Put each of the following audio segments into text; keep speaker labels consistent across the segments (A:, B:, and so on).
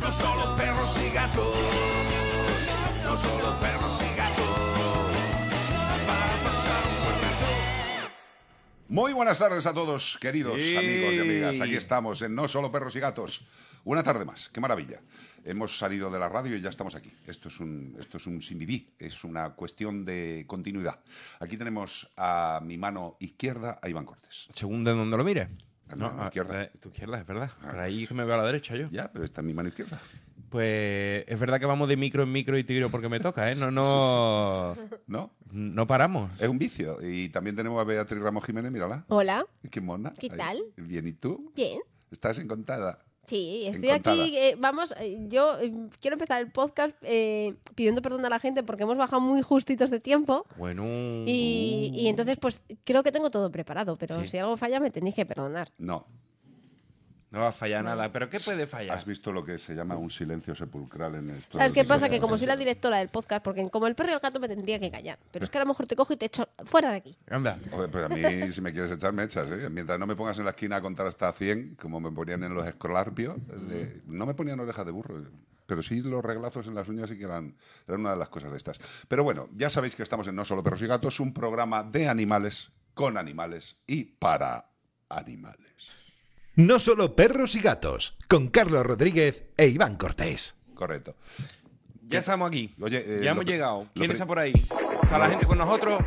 A: no solo perros y gatos, no solo perros y gatos, para pasar un buen rato. Muy buenas tardes a todos, queridos
B: Sí.
A: amigos y amigas. Aquí estamos en No Solo Perros y Gatos. Una tarde más, qué maravilla. Hemos salido de la radio y ya estamos aquí. Esto es un, esto es un sin vivir, es una cuestión de continuidad. Aquí tenemos a mi mano izquierda a Iván Cortés.
B: Según de donde lo mire.
A: A Ah, mi mano
B: a-
A: izquierda. Ah.
B: de- tu izquierda, es verdad. Por ahí que me veo a la derecha yo.
A: Ya, pero está en mi mano izquierda.
B: Pues es verdad que vamos de micro en micro y tiro porque me toca, ¿eh? No, no,
A: ¿No?
B: no paramos.
A: Es un vicio. Y también tenemos a Beatriz Ramos Jiménez, mírala.
C: Hola,
A: Qué mona.
C: ¿Qué
A: Ahí.
C: tal?
A: Bien, ¿y tú?
C: bien.
A: ¿Estás encantada?
C: Sí, estoy
A: Encantada.
C: aquí. eh, vamos, eh, yo eh, quiero empezar el podcast eh, pidiendo perdón a la gente porque hemos bajado muy justitos de tiempo.
B: Bueno.
A: Mm.
B: uh.
C: Y, y entonces, pues creo que tengo todo preparado, pero
B: Sí.
C: si algo falla me tenéis que perdonar.
A: No.
B: No va a fallar nada. ¿Pero qué puede fallar?
A: ¿Has visto lo que se llama un silencio sepulcral en esto?
C: ¿Sabes qué pasa? Que como soy
A: Pues si
C: la directora del podcast, porque como el perro y el gato me tendría que callar. Pero es que a lo mejor te cojo y te echo fuera de aquí.
B: Anda.
A: pues a mí, si me quieres echar, me echas. ¿eh? Mientras no me pongas en la esquina a contar hasta 100, como me ponían en los escolarpios, de- no me ponían orejas de burro. Pero sí los reglazos en las uñas sí que eran, eran una de las cosas de estas. Pero bueno, ya sabéis que estamos en No Solo Perros y Gatos, un programa de animales, con animales y para animales.
D: No solo perros y gatos, con Carlos Rodríguez e Iván Cortés.
A: Correcto.
B: Ya estamos aquí.
A: Oye, eh,
B: ya
A: lo
B: hemos
A: pri-
B: llegado.
A: lo
B: ¿Quién
A: pri-
B: está por ahí? ¿Está la gente con nosotros?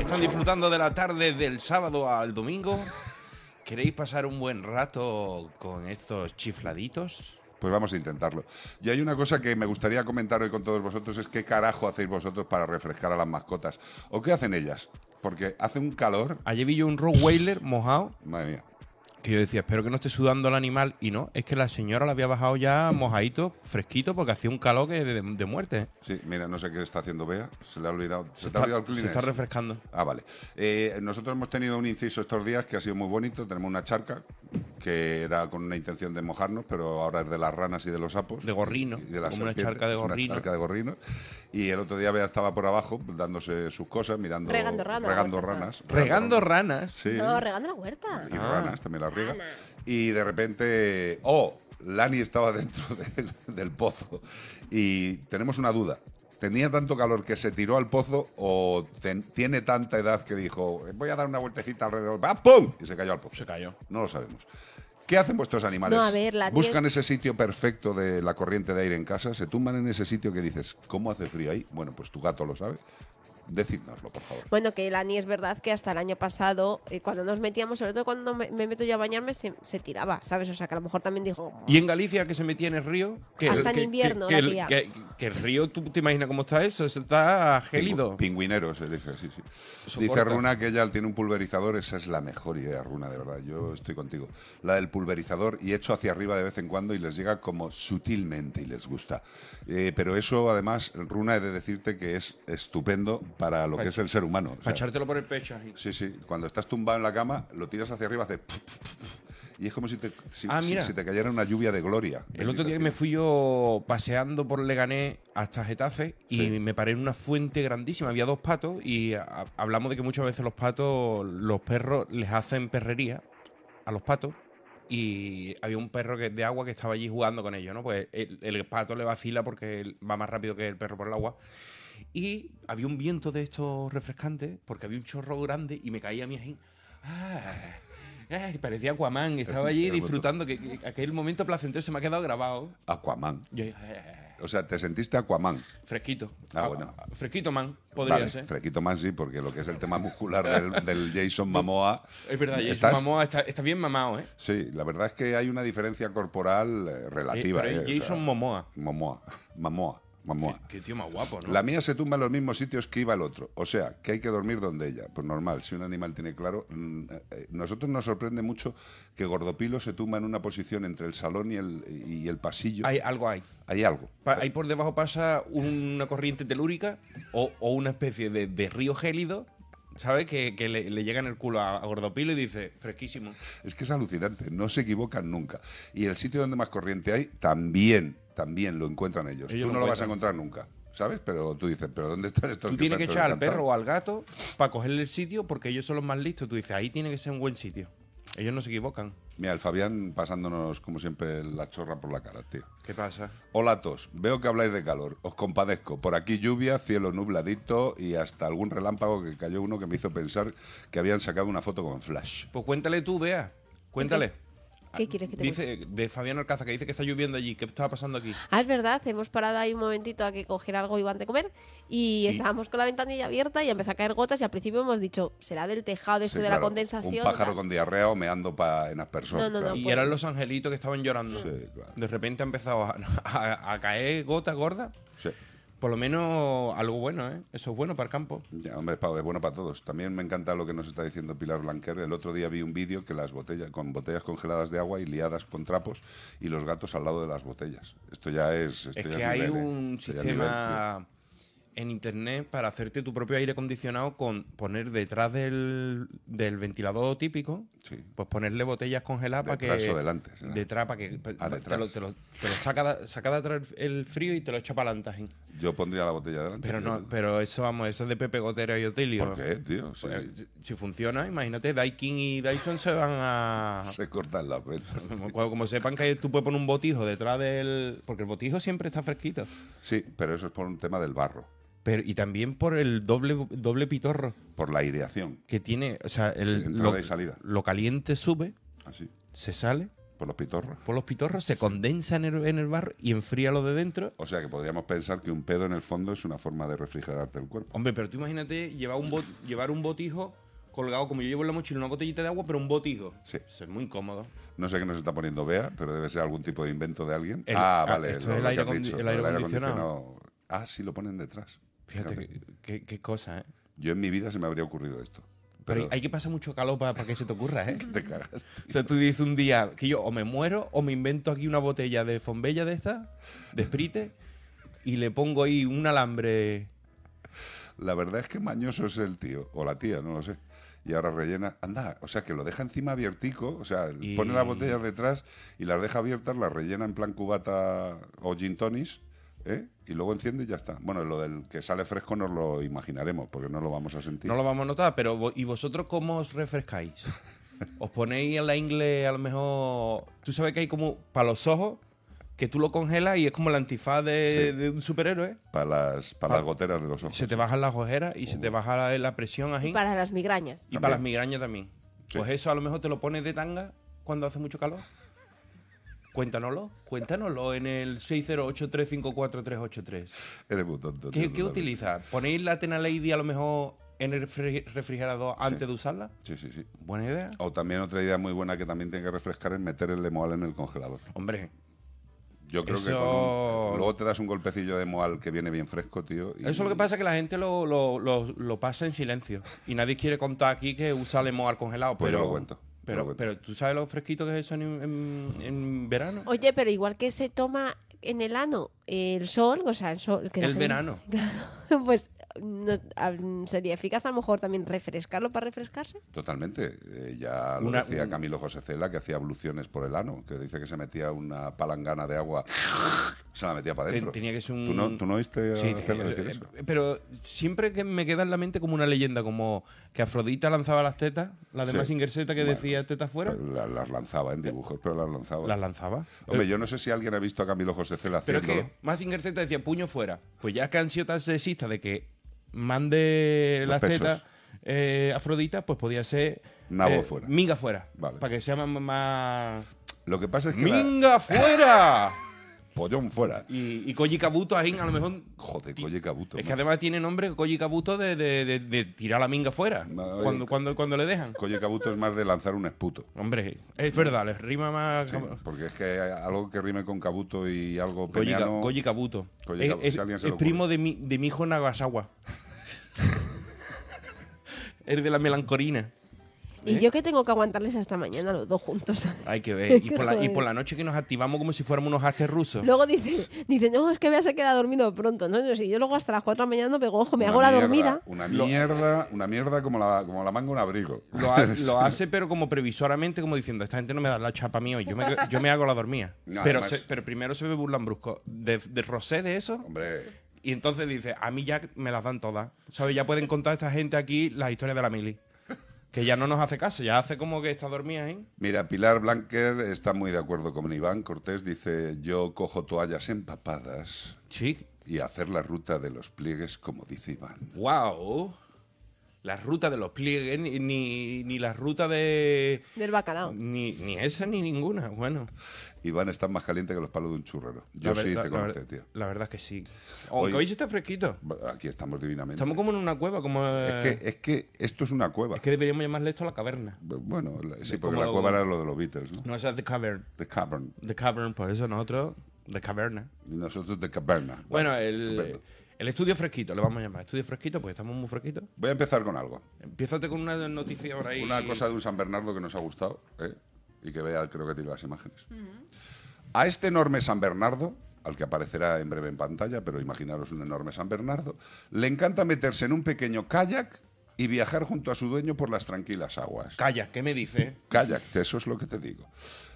B: ¿Están disfrutando de la tarde del sábado al domingo? ¿Queréis pasar un buen rato con estos chifladitos?
A: Pues vamos a intentarlo. Y hay una cosa que me gustaría comentar hoy con todos vosotros, es qué carajo hacéis vosotros para refrescar a las mascotas. ¿O qué hacen ellas? Porque hace un calor...
B: Ayer vi yo un Rottweiler mojado
A: Madre mía.
B: que yo decía, espero que no esté sudando el animal. Y no, es que la señora la había bajado ya mojadito, fresquito, porque hacía un calor que de, de muerte.
A: Sí, mira, no sé qué está haciendo Bea. Se le ha olvidado. Se, te ha
B: Está-
A: olvidado el
B: se
A: Kleenex?
B: está refrescando.
A: Ah, vale. Eh, nosotros hemos tenido un inciso estos días que ha sido muy bonito. Tenemos una charca que era con una intención de mojarnos, pero ahora es de las ranas y de los sapos.
B: De gorrino,
A: Y de las
B: como una
A: serpientes.
B: charca de
A: Es
B: gorrino.
A: Una charca de gorrinos. Y el otro día Bea estaba por abajo dándose sus cosas, mirando.
C: Regando ranas,
A: regando
C: por favor.
A: ranas.
B: Regando ranas.
A: Sí.
C: No, regando la huerta. Ah.
A: Y
B: Ah.
A: ranas, también las riega. Y de repente, oh, Lani estaba dentro del, del pozo. Y tenemos una duda. ¿Tenía tanto calor que se tiró al pozo o ten- tiene tanta edad que dijo, voy a dar una vueltecita alrededor? ¡Ah, ¡Pum! Y se cayó al pozo.
B: Se cayó.
A: No lo sabemos. ¿Qué hacen vuestros animales?
C: No, a ver, la
A: Buscan
C: tie-
A: ese sitio perfecto de la corriente de aire en casa, se tumban en ese sitio que dices, ¿cómo hace frío ahí? Bueno, pues tu gato lo sabe. Decídnoslo, por favor.
C: Bueno, que Lani es verdad que hasta el año pasado, eh, cuando nos metíamos, sobre todo cuando me, me meto yo a bañarme, se, se tiraba, ¿sabes? O sea, que a lo mejor también "Oh, dijo,
A: Ah.
B: Y en Galicia, que se metía en el río. Que,
C: Hasta en
B: que-
C: invierno,
B: que-
C: la
B: que-
C: tía.
B: que- que el río, ¿tú te imaginas cómo está eso? Eso está gélido.
A: Pingü- Pingüinero, se dice, sí, sí. Dice
B: Soporta.
A: Runa que ella tiene un pulverizador, esa es la mejor idea, Runa, de verdad, yo estoy contigo. La del pulverizador y hecho hacia arriba de vez en cuando y les llega como sutilmente y les gusta. Eh, pero eso, además, Runa, he de decirte que es estupendo para lo que es el ser humano. o sea,
B: Para echártelo por el pecho. así.
A: sí, sí, cuando estás tumbado en la cama, lo tiras hacia arriba, hace... Y es como si te, si-
B: Ah,
A: si-
B: mira.
A: si te cayera una lluvia de gloria.
B: El otro día
A: Bendita
B: me
A: sea.
B: fui yo paseando por Leganés hasta Getafe y
A: Sí.
B: me paré en una fuente grandísima. Había dos patos y a- hablamos de que muchas veces los patos, los perros les hacen perrería a los patos y había un perro que, de agua que estaba allí jugando con ellos, ¿no? Pues el, el pato le vacila porque él va más rápido que el perro por el agua. Y había un viento de estos refrescantes porque había un chorro grande y me caía a mí así. ¡Ah! Ay, parecía Aquaman, estaba allí
A: Era brutal.
B: disfrutando, que, que aquel momento placentero se me ha quedado grabado.
A: Aquaman.
B: Yo, eh, eh, eh,
A: O sea, te sentiste Aquaman.
B: fresquito.
A: Ah, bueno.
B: Fresquito, man. Podría
A: vale,
B: ser.
A: Frequito más sí, porque lo que es el tema muscular del, del Jason Mamoa.
B: Es verdad, Jason
A: ¿Estás?
B: Momoa está, está bien mamado, ¿eh?
A: Sí, la verdad es que hay una diferencia corporal eh, relativa.
B: Eh, pero
A: eh, o
B: es Jason
A: sea,
B: Momoa.
A: Momoa. Mamoa. Mamoa.
B: Qué, qué tío más guapo, ¿no?
A: La mía se tumba en los mismos sitios que iba el otro. O sea, que hay que dormir donde ella. Pues normal, si un animal tiene claro. mm, eh, eh, Nosotros nos sorprende mucho que Gordopilo se tumba en una posición entre el salón y el, y el pasillo.
B: Hay, algo hay.
A: Hay algo.
B: Pa- ahí por debajo pasa una corriente telúrica o, o una especie de, de río gélido, ¿sabes? Que, que le, le llega en el culo a, a Gordopilo y dice, fresquísimo.
A: Es que es alucinante, no se equivocan nunca. Y el sitio donde más corriente hay, también, también lo encuentran ellos.
B: Ellos
A: tú no
B: lo
A: lo vas a
B: encuentran.
A: encontrar nunca, ¿sabes? Pero tú dices, ¿pero dónde están estos
B: Tú tienes que
A: tanto
B: echar al
A: encantados?
B: perro o al gato para cogerle el sitio porque ellos son los más listos. Tú dices, ahí tiene que ser un buen sitio. Ellos no se equivocan.
A: Mira, el Fabián pasándonos, como siempre, la chorra por la cara, tío.
B: ¿Qué pasa?
A: Hola, tos. Veo que habláis de calor. Os compadezco. Por aquí lluvia, cielo nubladito y hasta algún relámpago que cayó uno que me hizo pensar que habían sacado una foto con flash.
B: Pues cuéntale tú, Bea. Cuéntale.
A: Ah,
C: ¿Qué quieres que te
B: Dice de Fabián Alcaza que dice que está lloviendo allí. ¿Qué estaba pasando aquí?
C: Ah, es verdad, hemos parado ahí un momentito a que coger algo iban de comer y, estábamos con la ventanilla abierta y empezó a caer gotas y al principio hemos dicho, será del tejado, de
A: Sí,
C: esto de
A: claro,
C: la condensación.
A: Un pájaro
C: tal.
A: con diarrea meando pa en las personas.
C: No, no, no.
B: y
C: pues-
B: eran los angelitos que estaban llorando.
A: Sí, claro.
B: De repente ha empezado a, a- a caer gota gorda.
A: Sí.
B: Por lo menos algo bueno, ¿eh? Eso es bueno para el campo.
A: Ya, hombre, es pa- es bueno para todos. También me encanta lo que nos está diciendo Pilar Blanquer. El otro día vi un vídeo que las botellas, con botellas congeladas de agua y liadas con trapos y los gatos al lado de las botellas. Esto ya es. esto
B: Es
A: ya
B: que
A: es
B: hay
A: nivel, ¿eh?
B: un
A: Esto ya es nivel, tío.
B: sistema en internet para hacerte tu propio aire acondicionado con poner detrás del, del ventilador típico,
A: Sí.
B: pues ponerle botellas congeladas para que...
A: Detrás o delante, será.
B: Detrás, para que...
A: Ah,
B: Te
A: detrás.
B: lo, te lo- te lo saca, de- saca de atrás el frío y te lo echa para adelante.
A: Yo pondría la botella delante.
B: Pero no,
A: fíjate.
B: pero eso vamos, eso es de Pepe Gotero y Otilio.
A: ¿Por qué, tío? Sí,
B: Pues, si- si funciona, imagínate, Daikin y Dyson se van a...
A: Se cortan las venas.
B: Como, como sepan que tú puedes poner un botijo detrás del... Porque el botijo siempre está fresquito.
A: Sí, pero eso es por un tema del barro,
B: Pero, y también por el doble, doble pitorro
A: por la aireación.
B: que tiene, o sea, el,
A: Sí, entrada
B: lo,
A: y salida.
B: lo caliente sube,
A: Así,
B: se sale
A: por los pitorros.
B: por los pitorros, se condensa en el, en el barro y enfría lo de dentro.
A: O sea que podríamos pensar que un pedo en el fondo es una forma de refrigerarte el cuerpo.
B: Hombre, pero tú imagínate llevar un, bot- llevar un botijo colgado, como yo llevo en la mochila, una botellita de agua, pero un botijo.
A: Sí.
B: Eso es muy incómodo.
A: No sé qué nos está poniendo Bea, pero debe ser algún tipo de invento de alguien.
B: El-
A: ah,
B: ah,
A: vale.
B: esto
A: lo-
B: es
A: lo
B: el
A: que
B: aire
A: has
B: acondi-
A: dicho,
B: el
A: lo
B: aire
A: del
B: acondicionado.
A: acondicionado. Ah, sí, lo ponen detrás.
B: Fíjate que- qué, qué cosa, ¿eh?
A: Yo en mi vida se me habría ocurrido esto.
B: Pero,
A: Pero,
B: hay que pasar mucho calor para que se te ocurra, ¿eh?
A: te cagas.
B: O sea, tú dices un día que yo o me muero o me invento aquí una botella de fombella de esta, de sprite, y le pongo ahí un alambre.
A: La verdad es que mañoso es el tío, o la tía, no lo sé. Y ahora rellena, anda, o sea que lo deja encima abiertico, o sea,
B: Y-
A: pone las botellas detrás y las deja abiertas, las rellena en plan cubata o gin tonis, ¿eh? y luego enciende y ya está. Bueno, lo del que sale fresco nos lo imaginaremos, porque no lo vamos a sentir.
B: No lo vamos a notar, pero vo- ¿y vosotros cómo os refrescáis? ¿Os ponéis en la ingle a lo mejor... Tú sabes que hay como para los ojos, que tú lo congelas y es como el antifaz de,
A: Sí.
B: de un superhéroe.
A: Para las, para
B: Pa-
A: las goteras de los ojos.
B: Se te bajan las ojeras y se te baja la, la presión ají,
C: Y para las migrañas.
B: y para las
A: También.
B: migrañas también.
A: Sí.
B: Pues eso a lo mejor te lo pones de tanga cuando hace mucho calor. Cuéntanoslo, cuéntanoslo en el 608-354-383.
A: Eres muy tonto. tío,
B: ¿Qué,
A: tú
B: qué
A: también.
B: utilizas? ¿Ponéis la Tena Lady a lo mejor en el refri- refrigerador antes de usarla?
A: Sí, sí, sí.
B: Buena idea.
A: O también otra idea muy buena que también tiene que refrescar es meter el lemoal en el congelador.
B: Hombre,
A: Yo creo que
B: Eso-
A: con un- luego te das un golpecillo de moal que viene bien fresco, tío. y-
B: eso es lo que pasa es que la gente lo, lo- lo- lo pasa en silencio. Y nadie quiere contar aquí que usa Lemoar congelado.
A: Pues yo
B: pero,
A: lo cuento, yo
B: Pero,
A: lo cuento.
B: pero tú sabes lo fresquito que es eso en, en- en verano.
C: Oye, pero igual que se toma en el ano el sol, o sea, el sol... que la
B: El
C: gente-
B: verano.
C: Claro, pues no, ah, sería eficaz a lo mejor también refrescarlo para refrescarse.
A: Totalmente. Eh, ya lo
B: Una-
A: decía
B: un-
A: Camilo José Cela, que hacía abluciones por el ano, que dice que se metía una palangana de agua, se la metía para
B: Te-
A: adentro.
B: tenía que ser un-
A: ¿Tú no, tú no oíste a
B: Sí,
A: Cela
B: eh,
A: decir
B: eh,
A: eso?
B: pero siempre que me queda en la mente como una leyenda, como que Afrodita lanzaba las tetas, la de
A: Sí.
B: Mazinger Z que
A: Bueno,
B: decía tetas fuera,
A: Pero la- las lanzaba en dibujos, pero las lanzaba.
B: las lanzaba. Eh,
A: Hombre, yo no sé si alguien ha visto a Camilo José Cela
B: Pero
A: haciéndolo.
B: es que Mazinger Z decía puño fuera. Pues ya que han sido tan sexistas de que mande
A: Los
B: las
A: pechos.
B: tetas eh, Afrodita, pues podía ser.
A: Nabo
B: eh,
A: fuera.
B: Minga fuera.
A: Vale.
B: Para que sea más. más-
A: Lo que pasa es que la-
B: ¡Minga fuera!
A: pollón fuera.
B: Y, y Koji Kabuto ahí, a lo mejor.
A: Joder,
B: ti-
A: Colle Cabuto.
B: Es que
A: macho.
B: además tiene nombre Koji Kabuto de, de- de- de tirar la minga fuera.
A: Madre
B: Cuando,
A: mía.
B: cuando, cuando le dejan.
A: Colle Cabuto es más de lanzar un esputo.
B: Hombre, es verdad, les rima más.
A: Sí, porque es que hay algo que rime con Cabuto y algo
B: Koji Ka-
A: peñano...
B: Koji Kabuto.
A: Koji
B: Es-
A: Kabuto,
B: es
A: si a alguien se
B: es
A: le
B: primo de mi, de mi hijo Nagasawa. es de la melancorina.
C: Y yo que tengo que aguantarles hasta mañana los dos juntos.
B: Hay que ver. Y por, la, y
C: Joder.
B: por la noche que nos activamos como si fuéramos unos hastes rusos.
C: Luego dice, dice, no, es que Bea se queda dormido pronto. No, yo sí, yo luego hasta las 4 de la mañana no pego ojo, me
A: Una
C: hago la
A: mierda,
C: dormida.
A: Una
B: Lo-
A: mierda, una mierda como la, como la manga un abrigo.
B: Lo, ha- lo hace, pero como previsoramente, como diciendo, esta gente no me da la chapa mía hoy, yo me, yo me hago la dormía.
A: No,
B: pero,
A: además-
B: se- pero primero se bebe un lambrusco de, de rosé de eso.
A: Hombre,
B: Y entonces dice, a mí ya me las dan todas. ¿Sabes? Ya pueden contar esta gente aquí las historias de la mili. Que ya no nos hace caso, ya hace como que está dormida ¿eh? ahí.
A: Mira, Pilar Blanquer está muy de acuerdo con Iván Cortés. Dice, yo cojo toallas empapadas
B: Sí.
A: y hacer la ruta de los pliegues como dice Iván.
B: ¡Wow! La ruta de los pliegues, ni, ni, ni la ruta de.
C: Del bacalao.
B: Ni, ni esa ni ninguna. Bueno.
A: Iván está más caliente que los palos de un churrero. Yo
B: La
A: sí
B: verdad-
A: te
B: la
A: conocí,
B: ver-
A: tío.
B: La verdad es que sí. Aunque
A: Oye.
B: hoy sí está fresquito.
A: Aquí estamos divinamente.
B: Estamos como en una cueva, como. eh,
A: Es, que, es que esto es una cueva.
B: es que deberíamos llamarle esto la caverna.
A: Bueno, la- sí,
B: Es
A: porque
B: como
A: la cueva
B: lo-
A: era lo de los Beatles, ¿no?
B: No, esa es The Cavern.
A: The Cavern.
B: The Cavern, por eso nosotros. The Caverna.
A: Y nosotros The Caverna.
B: Bueno,
A: Vale,
B: el,
A: estupendo.
B: el estudio fresquito, le vamos a llamar. Estudio fresquito, porque estamos muy fresquitos.
A: Voy a empezar con algo.
B: Empiezate con una noticia ahora ahí.
A: Una cosa de un San Bernardo que nos ha gustado, ¿eh? y que vea, creo que tiene las imágenes. A este enorme San Bernardo, al que aparecerá en breve en pantalla, pero imaginaros un enorme San Bernardo, le encanta meterse en un pequeño kayak y viajar junto a su dueño por las tranquilas aguas.
B: Calla, ¿qué me dice?
A: Kayak, que eso es lo que te digo.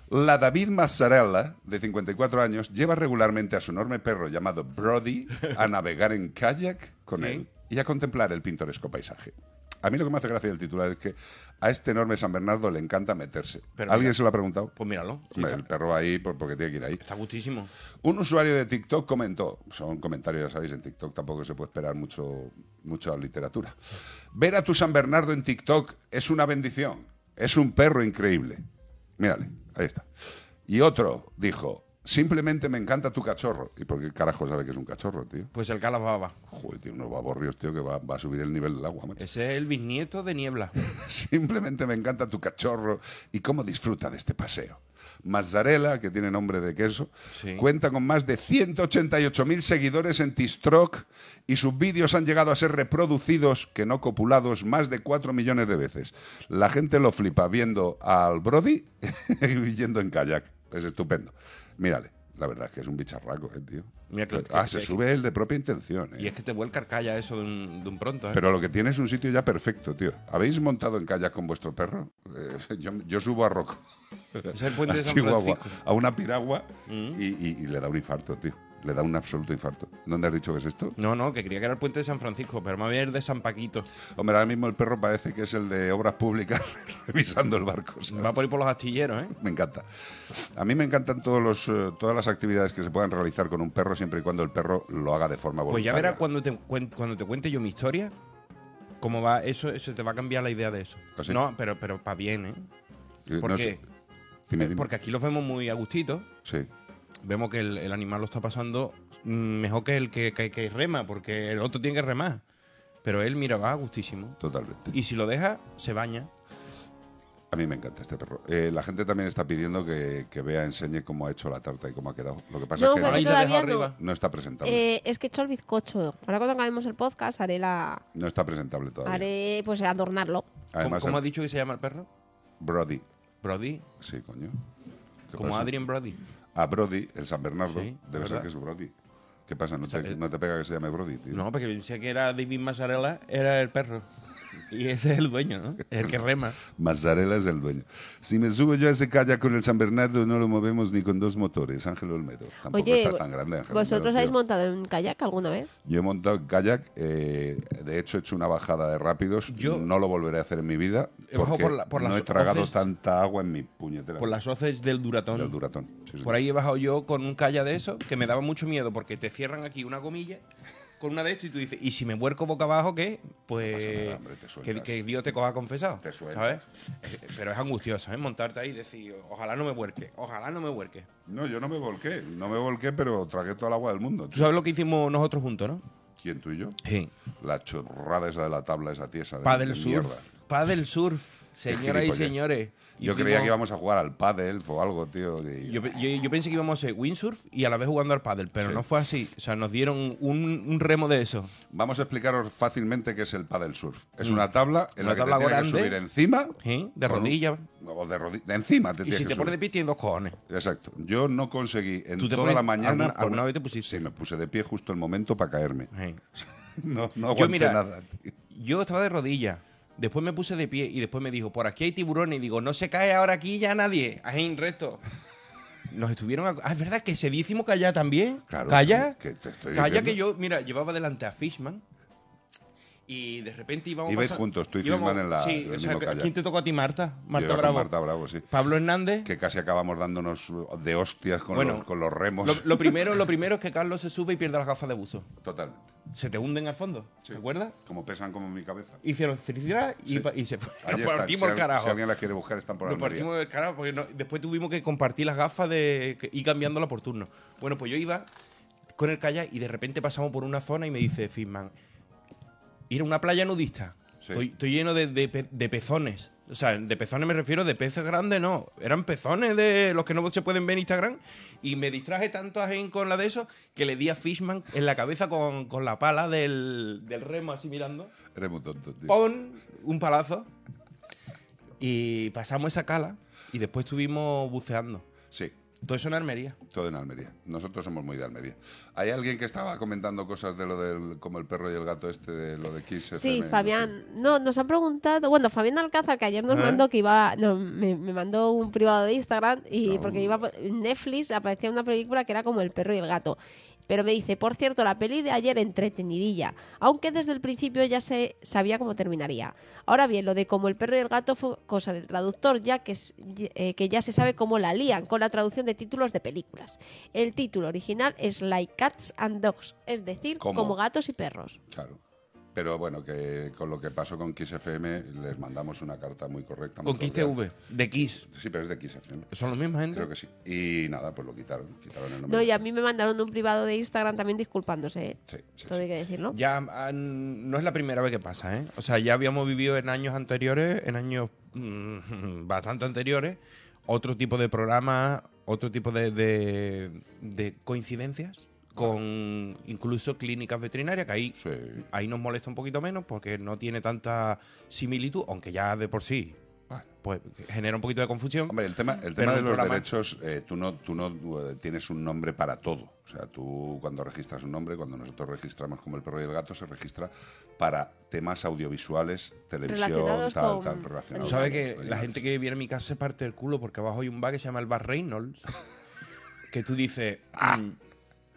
A: La David Mazzarella, de 54 años, lleva regularmente a su enorme perro llamado Brody a navegar en kayak con
B: Sí.
A: él y a contemplar el pintoresco paisaje. A mí lo que me hace gracia del titular es que a este enorme San Bernardo le encanta meterse.
B: Pero
A: ¿Alguien
B: mira.
A: se lo ha preguntado?
B: Pues míralo.
A: Hombre, el
B: Está,
A: perro va ahí por- porque tiene que ir ahí.
B: está gustísimo.
A: Un usuario de TikTok comentó, son comentarios, ya sabéis, en TikTok tampoco se puede esperar mucho, mucha literatura. Ver a tu San Bernardo en TikTok es una bendición, es un perro increíble. Mírale, ahí está. Y otro dijo, simplemente me encanta tu cachorro. ¿Y por qué carajo sabe que es un cachorro, tío?
B: Pues el Calababa.
A: Joder, tío, unos baborrios, tío, que va, va a subir el nivel del agua, macho.
B: Ese es el bisnieto de Niebla.
A: Simplemente me encanta tu cachorro y cómo disfruta de este paseo. Mazzarella, que tiene nombre de queso,
B: Sí.
A: cuenta con más de 188.000 seguidores en TikTok y sus vídeos han llegado a ser reproducidos, que no copulados, más de 4 millones de veces. La gente lo flipa viendo al Brody y yendo en kayak. Es estupendo. Mírale, la verdad es que es un bicharraco, eh, tío.
B: Mira que-
A: ah,
B: que-
A: se
B: que-
A: sube él de propia intención. eh.
B: Y es que te vuelca el calla eso de un, de un pronto, ¿eh?
A: Pero lo que tiene es un sitio ya perfecto, tío. ¿Habéis montado en kayak con vuestro perro? Eh, yo, yo subo a Rocco,
B: es el puente
A: a
B: de San
A: Chihuahua,
B: Francisco. Mm.
A: a una piragua y, y- y le da un infarto, tío. Le da un absoluto infarto. ¿Dónde has dicho que es esto?
B: No, no, que quería que era el puente de San Francisco, pero más bien el de San Paquito.
A: Hombre, ahora mismo el perro parece que es el de obras públicas revisando el barco. ¿sabes?
B: Va por ahí por los astilleros, ¿eh?
A: Me encanta. A mí me encantan todos los, eh, todas las actividades que se puedan realizar con un perro siempre y cuando el perro lo haga de forma
B: Pues
A: voluntaria.
B: ya verás cuando te, cuen- cuando te cuente yo mi historia, cómo va eso, eso te va a cambiar la idea de eso.
A: ¿Ah, sí?
B: No, pero, pero para bien, ¿eh?
A: Eh, no
B: Porque,
A: sé. Dime, dime.
B: Eh, porque aquí los vemos muy a gustito,
A: Sí.
B: vemos que el, el animal lo está pasando mm, mejor que el que, que- que rema, porque el otro tiene que remar. Pero él, mira, va a gustísimo.
A: Totalmente.
B: Y si lo deja, se baña.
A: A mí me encanta este perro. Eh, la gente también está pidiendo que, que Bea enseñe cómo ha hecho la tarta y cómo ha quedado. Lo que pasa
C: No,
A: es que
C: pero
B: Ahí la dejo
C: todavía
B: arriba.
C: no.
A: no está presentable.
C: Eh, es que he hecho el bizcocho. Ahora cuando acabemos el podcast haré la...
A: no está presentable todavía.
C: Haré, pues, adornarlo.
B: ¿Cómo-
A: Además,
B: ¿Cómo
A: el-
B: ha dicho que se llama el perro?
A: Brody.
B: Brody.
A: Sí, coño. ¿Qué
B: Como
A: pasa?
B: Adrian Brody.
A: A Brody, el San Bernardo,
B: Sí,
A: debe
B: es
A: ser
B: verdad.
A: que es Brody. ¿Qué pasa? ¿No, te,
B: eh,
A: no te pega que se llame Brody, tío?
B: No, porque pensé que era David Mazzarella, era el perro. Y ese es el dueño, ¿no? El que rema.
A: Mazzarella es el dueño. Si me subo yo a ese kayak con el San Bernardo, no lo movemos ni con dos motores. Ángel Olmedo. Tampoco
C: Oye,
A: está tan grande, Ángel
C: ¿vosotros
A: Olmedo,
C: habéis
A: tío.
C: montado en kayak alguna vez?
A: Yo he montado en kayak, eh, de hecho he hecho una bajada de rápidos,
B: Yo-
A: no lo volveré a hacer en mi vida,
B: He bajado
A: porque
B: por la- por
A: no
B: las
A: he tragado
B: hoces-
A: tanta agua en mi puñetera
B: Por las hoces del duratón.
A: del duratón. Sí, sí.
B: Pues Por ahí he bajado yo con un calla de eso, que me daba mucho miedo porque te cierran aquí una gomilla con una de estas y tú dices, ¿y si me vuelco boca abajo qué?
A: pasa
B: Pues
A: nada, hombre, te
B: que,
A: sueltas.
B: que Dios te coja confesado.
A: Te sueltas.
B: ¿sabes? Eh, Pero es angustioso, ¿eh? Montarte ahí y decir, ojalá no me vuelque, ojalá no me vuelque.
A: No, yo no me volqué, no me volqué, pero tragué toda el agua del mundo.
B: Tú sabes lo que hicimos nosotros juntos, ¿no?
A: ¿Quién tú y yo?
B: Sí.
A: La chorrada esa de la tabla, esa tiesa de, de
B: Padel surf.
A: mierda.
B: Padel surf, señoras y
A: gilipollez.
B: señores.
A: Yo
B: Hicimos-
A: creía que íbamos a jugar al pádel o algo, tío. y-
B: Yo, pe- yo- yo pensé que íbamos a hacer windsurf y a la vez jugando al paddle, pero
A: Sí.
B: no fue así. O sea, nos dieron un, un remo de eso.
A: Vamos a explicaros fácilmente qué es el pádel surf. Es una tabla en
B: Mm. Una
A: la que
B: tabla
A: te tienes que
B: grande.
A: subir encima.
B: Sí, ¿eh? de
A: con un-
B: rodilla.
A: O de rodilla. De encima te
B: Y
A: tienes
B: si
A: que
B: te pones
A: subir.
B: de pie, tienes dos cojones.
A: Exacto. Yo no conseguí en
B: ¿Tú te
A: toda
B: pones-
A: la mañana.
B: alguna-
A: poner-
B: alguna vez te pusiste?
A: Sí, me puse de pie justo el momento para caerme.
B: Sí.
A: No, no aguanté
B: mira,
A: nada. tío.
B: Yo estaba de rodillas. Después me puse de pie y después me dijo, por aquí hay tiburones. Y digo, no se cae ahora aquí ya nadie. Ajín, resto. Nos estuvieron... a- Ah, es verdad que se hicimos callar también.
A: Claro,
B: calla.
A: que te estoy
B: calla
A: diciendo.
B: que yo, mira, llevaba delante a Fishman. Y de repente íbamos.
A: Ibais
B: pasando-
A: juntos, tú y
B: íbamos-
A: Filman en la-
B: Sí,
A: en el
B: o sea,
A: mismo kayak.
B: ¿quién te tocó a ti, Marta?
A: Yo
B: Marta
A: iba con
B: Bravo.
A: Marta Bravo, sí.
B: Pablo Hernández.
A: Que casi acabamos dándonos de hostias con,
B: Bueno,
A: los, con los remos.
B: Lo, lo primero, lo primero es que Carlos se sube y pierde las gafas de buzo.
A: Totalmente.
B: Se te hunden al fondo, ¿te acuerdas?
A: Como pesan como mi cabeza.
B: Hicieron ciricirá y,
A: Sí.
B: pa- y se fue.
A: Ahí
B: Nos
A: están.
B: partimos
A: si,
B: el
A: al-
B: carajo.
A: si alguien las quiere buscar, están por
B: Nos
A: Almería.
B: partimos del carajo porque no- después tuvimos que compartir las gafas de, que- y cambiándolas por turno. Bueno, pues yo iba con el kayak y de repente pasamos por una zona y me dice Fisman, ir a una playa nudista.
A: Sí.
B: Estoy, estoy lleno de, de pe- de pezones. O sea, de pezones me refiero de peces grandes, no. Eran pezones de los que no se pueden ver en Instagram. Y me distraje tanto a Gen con la de eso que le di a Fishman en la cabeza con, con la pala del, del remo así mirando.
A: Eres muy tonto, tío.
B: ¡Pon! Un palazo. Y pasamos esa cala y después estuvimos buceando.
A: Sí,
B: Todo eso en Armería.
A: todo en Almería. Nosotros somos muy de Almería. Hay alguien que estaba comentando cosas de lo del. como el perro y el gato este, de lo de Kiss. FM,
C: Sí,
A: no sé.
C: Fabián. No, nos han preguntado. Bueno, Fabián Alcázar, que ayer nos
B: ¿Eh?
C: mandó que iba. no, me, me mandó un privado de Instagram y
A: No.
C: porque iba. en Netflix aparecía una película que era como El perro y el gato. Pero me dice, por cierto, la peli de ayer entretenidilla, aunque desde el principio ya se sabía cómo terminaría. Ahora bien, lo de como el perro y el gato fue cosa del traductor, ya que, es- eh, que ya se sabe cómo la lían con la traducción de títulos de películas. El título original es Like Cats and Dogs, es decir,
A: ¿Cómo?
C: como gatos y perros.
A: Claro. Pero bueno, que con lo que pasó con Kiss FM, les mandamos una carta muy correcta. muy
B: Con Kiss
A: cordial.
B: TV, de Kiss.
A: Sí, pero es de Kiss FM.
B: Son los mismos, gente.
A: Creo que sí. Y nada, pues lo quitaron. Quitaron el nombre.
C: No, y a mí me mandaron un privado de Instagram también disculpándose. ¿eh?
A: Sí, sí,
C: Todo
A: sí.
C: hay que decirlo.
B: Ya ah, no es la primera vez que pasa, ¿eh? O sea, ya habíamos vivido en años anteriores, en años mm, bastante anteriores, otro tipo de programas, otro tipo de, de- de coincidencias con incluso clínicas veterinarias, que ahí,
A: Sí.
B: ahí nos molesta un poquito menos porque no tiene tanta similitud, aunque ya de por sí
A: Bueno.
B: pues genera un poquito de confusión.
A: Hombre, el tema, el
B: Pero
A: tema
B: en
A: de
B: un
A: los
B: programa-
A: derechos, eh, tú no, tú no eh, tienes un nombre para todo. O sea, tú cuando registras un nombre, cuando nosotros registramos como el perro y el gato, se registra para temas audiovisuales, televisión,
C: Relacionados
A: tal,
C: con
A: tal, relacionado.
B: Tú
C: Claro,
B: sabes
A: con
B: que
A: los
B: la
A: animales.
B: gente que viene a mi casa se parte el culo porque abajo hay un bar que se llama el Bar Reynolds. que tú dices,
A: Ah.
B: "Mm,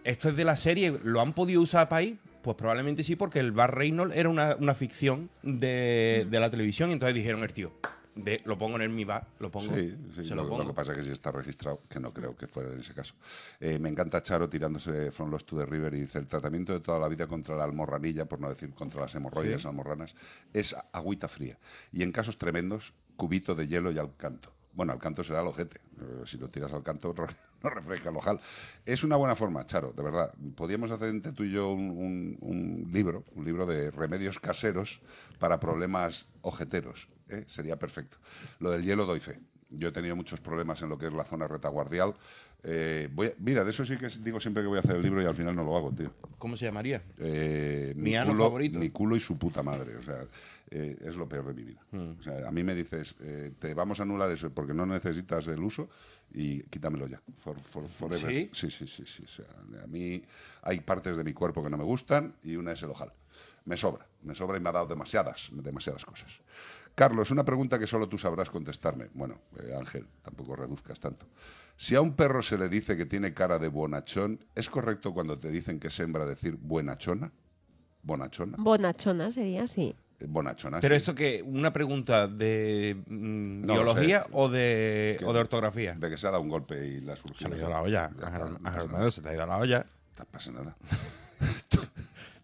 B: esto es de la serie, ¿lo han podido usar para ahí? Pues probablemente sí, porque el Bar Reynolds era una, una ficción de, de la televisión. Y entonces dijeron, el tío, de, lo pongo en el mi bar, lo pongo.
A: Sí, sí,
B: se
A: lo,
B: lo,
A: lo
B: pongo.
A: que pasa es que si está registrado, que no creo que fuera en ese caso. Eh, me encanta Charo tirándose From Lost to the River y dice: el tratamiento de toda la vida contra la almorranilla, por no decir contra las hemorroides almorranas, es agüita fría. Y en casos tremendos, cubito de hielo y al canto. Bueno, al canto será el ojete. eh, si lo tiras al canto, no refresca el ojal. Es una buena forma, Charo, de verdad. Podríamos hacer entre tú y yo un, un- un libro, un libro de remedios caseros para problemas ojeteros. ¿eh? Sería perfecto. Lo del hielo doy fe. Yo he tenido muchos problemas en lo que es la zona retaguardial. Eh, voy a- mira, de eso sí que digo siempre que voy a hacer el libro y al final no lo hago, tío.
B: ¿Cómo se llamaría?
A: Eh,
B: Mi ano
A: culo,
B: favorito.
A: mi culo y su puta madre. O sea, eh, es lo peor de mi vida. O sea, a mí me dices, eh, te vamos a anular eso porque no necesitas el uso y quítamelo ya. For- for- forever.
B: ¿Sí?
A: Sí, sí, sí. sí. O sea, a mí hay partes de mi cuerpo que no me gustan y una es el ojal. Me sobra, me sobra y me ha dado demasiadas, demasiadas cosas. Carlos, una pregunta que solo tú sabrás contestarme. Bueno, eh, Ángel, tampoco reduzcas tanto. Si a un perro se le dice que tiene cara de bonachón, ¿es correcto cuando te dicen que es hembra decir buenachona? Bonachona.
C: Bonachona sería, sí.
A: Eh, Bonachona.
B: Pero
A: sí.
B: esto que, una pregunta de mm,
A: No lo
B: biología
A: sé.
B: o de,
A: ¿Qué?
B: o de ortografía.
A: De que se ha dado un golpe y la surgido.
B: se le ha ido la olla.
A: Ya está,
B: Ángel-
A: no
B: Ángel
A: pasa nada.
B: Hernández, se le ha ido la olla.
A: No pasa nada.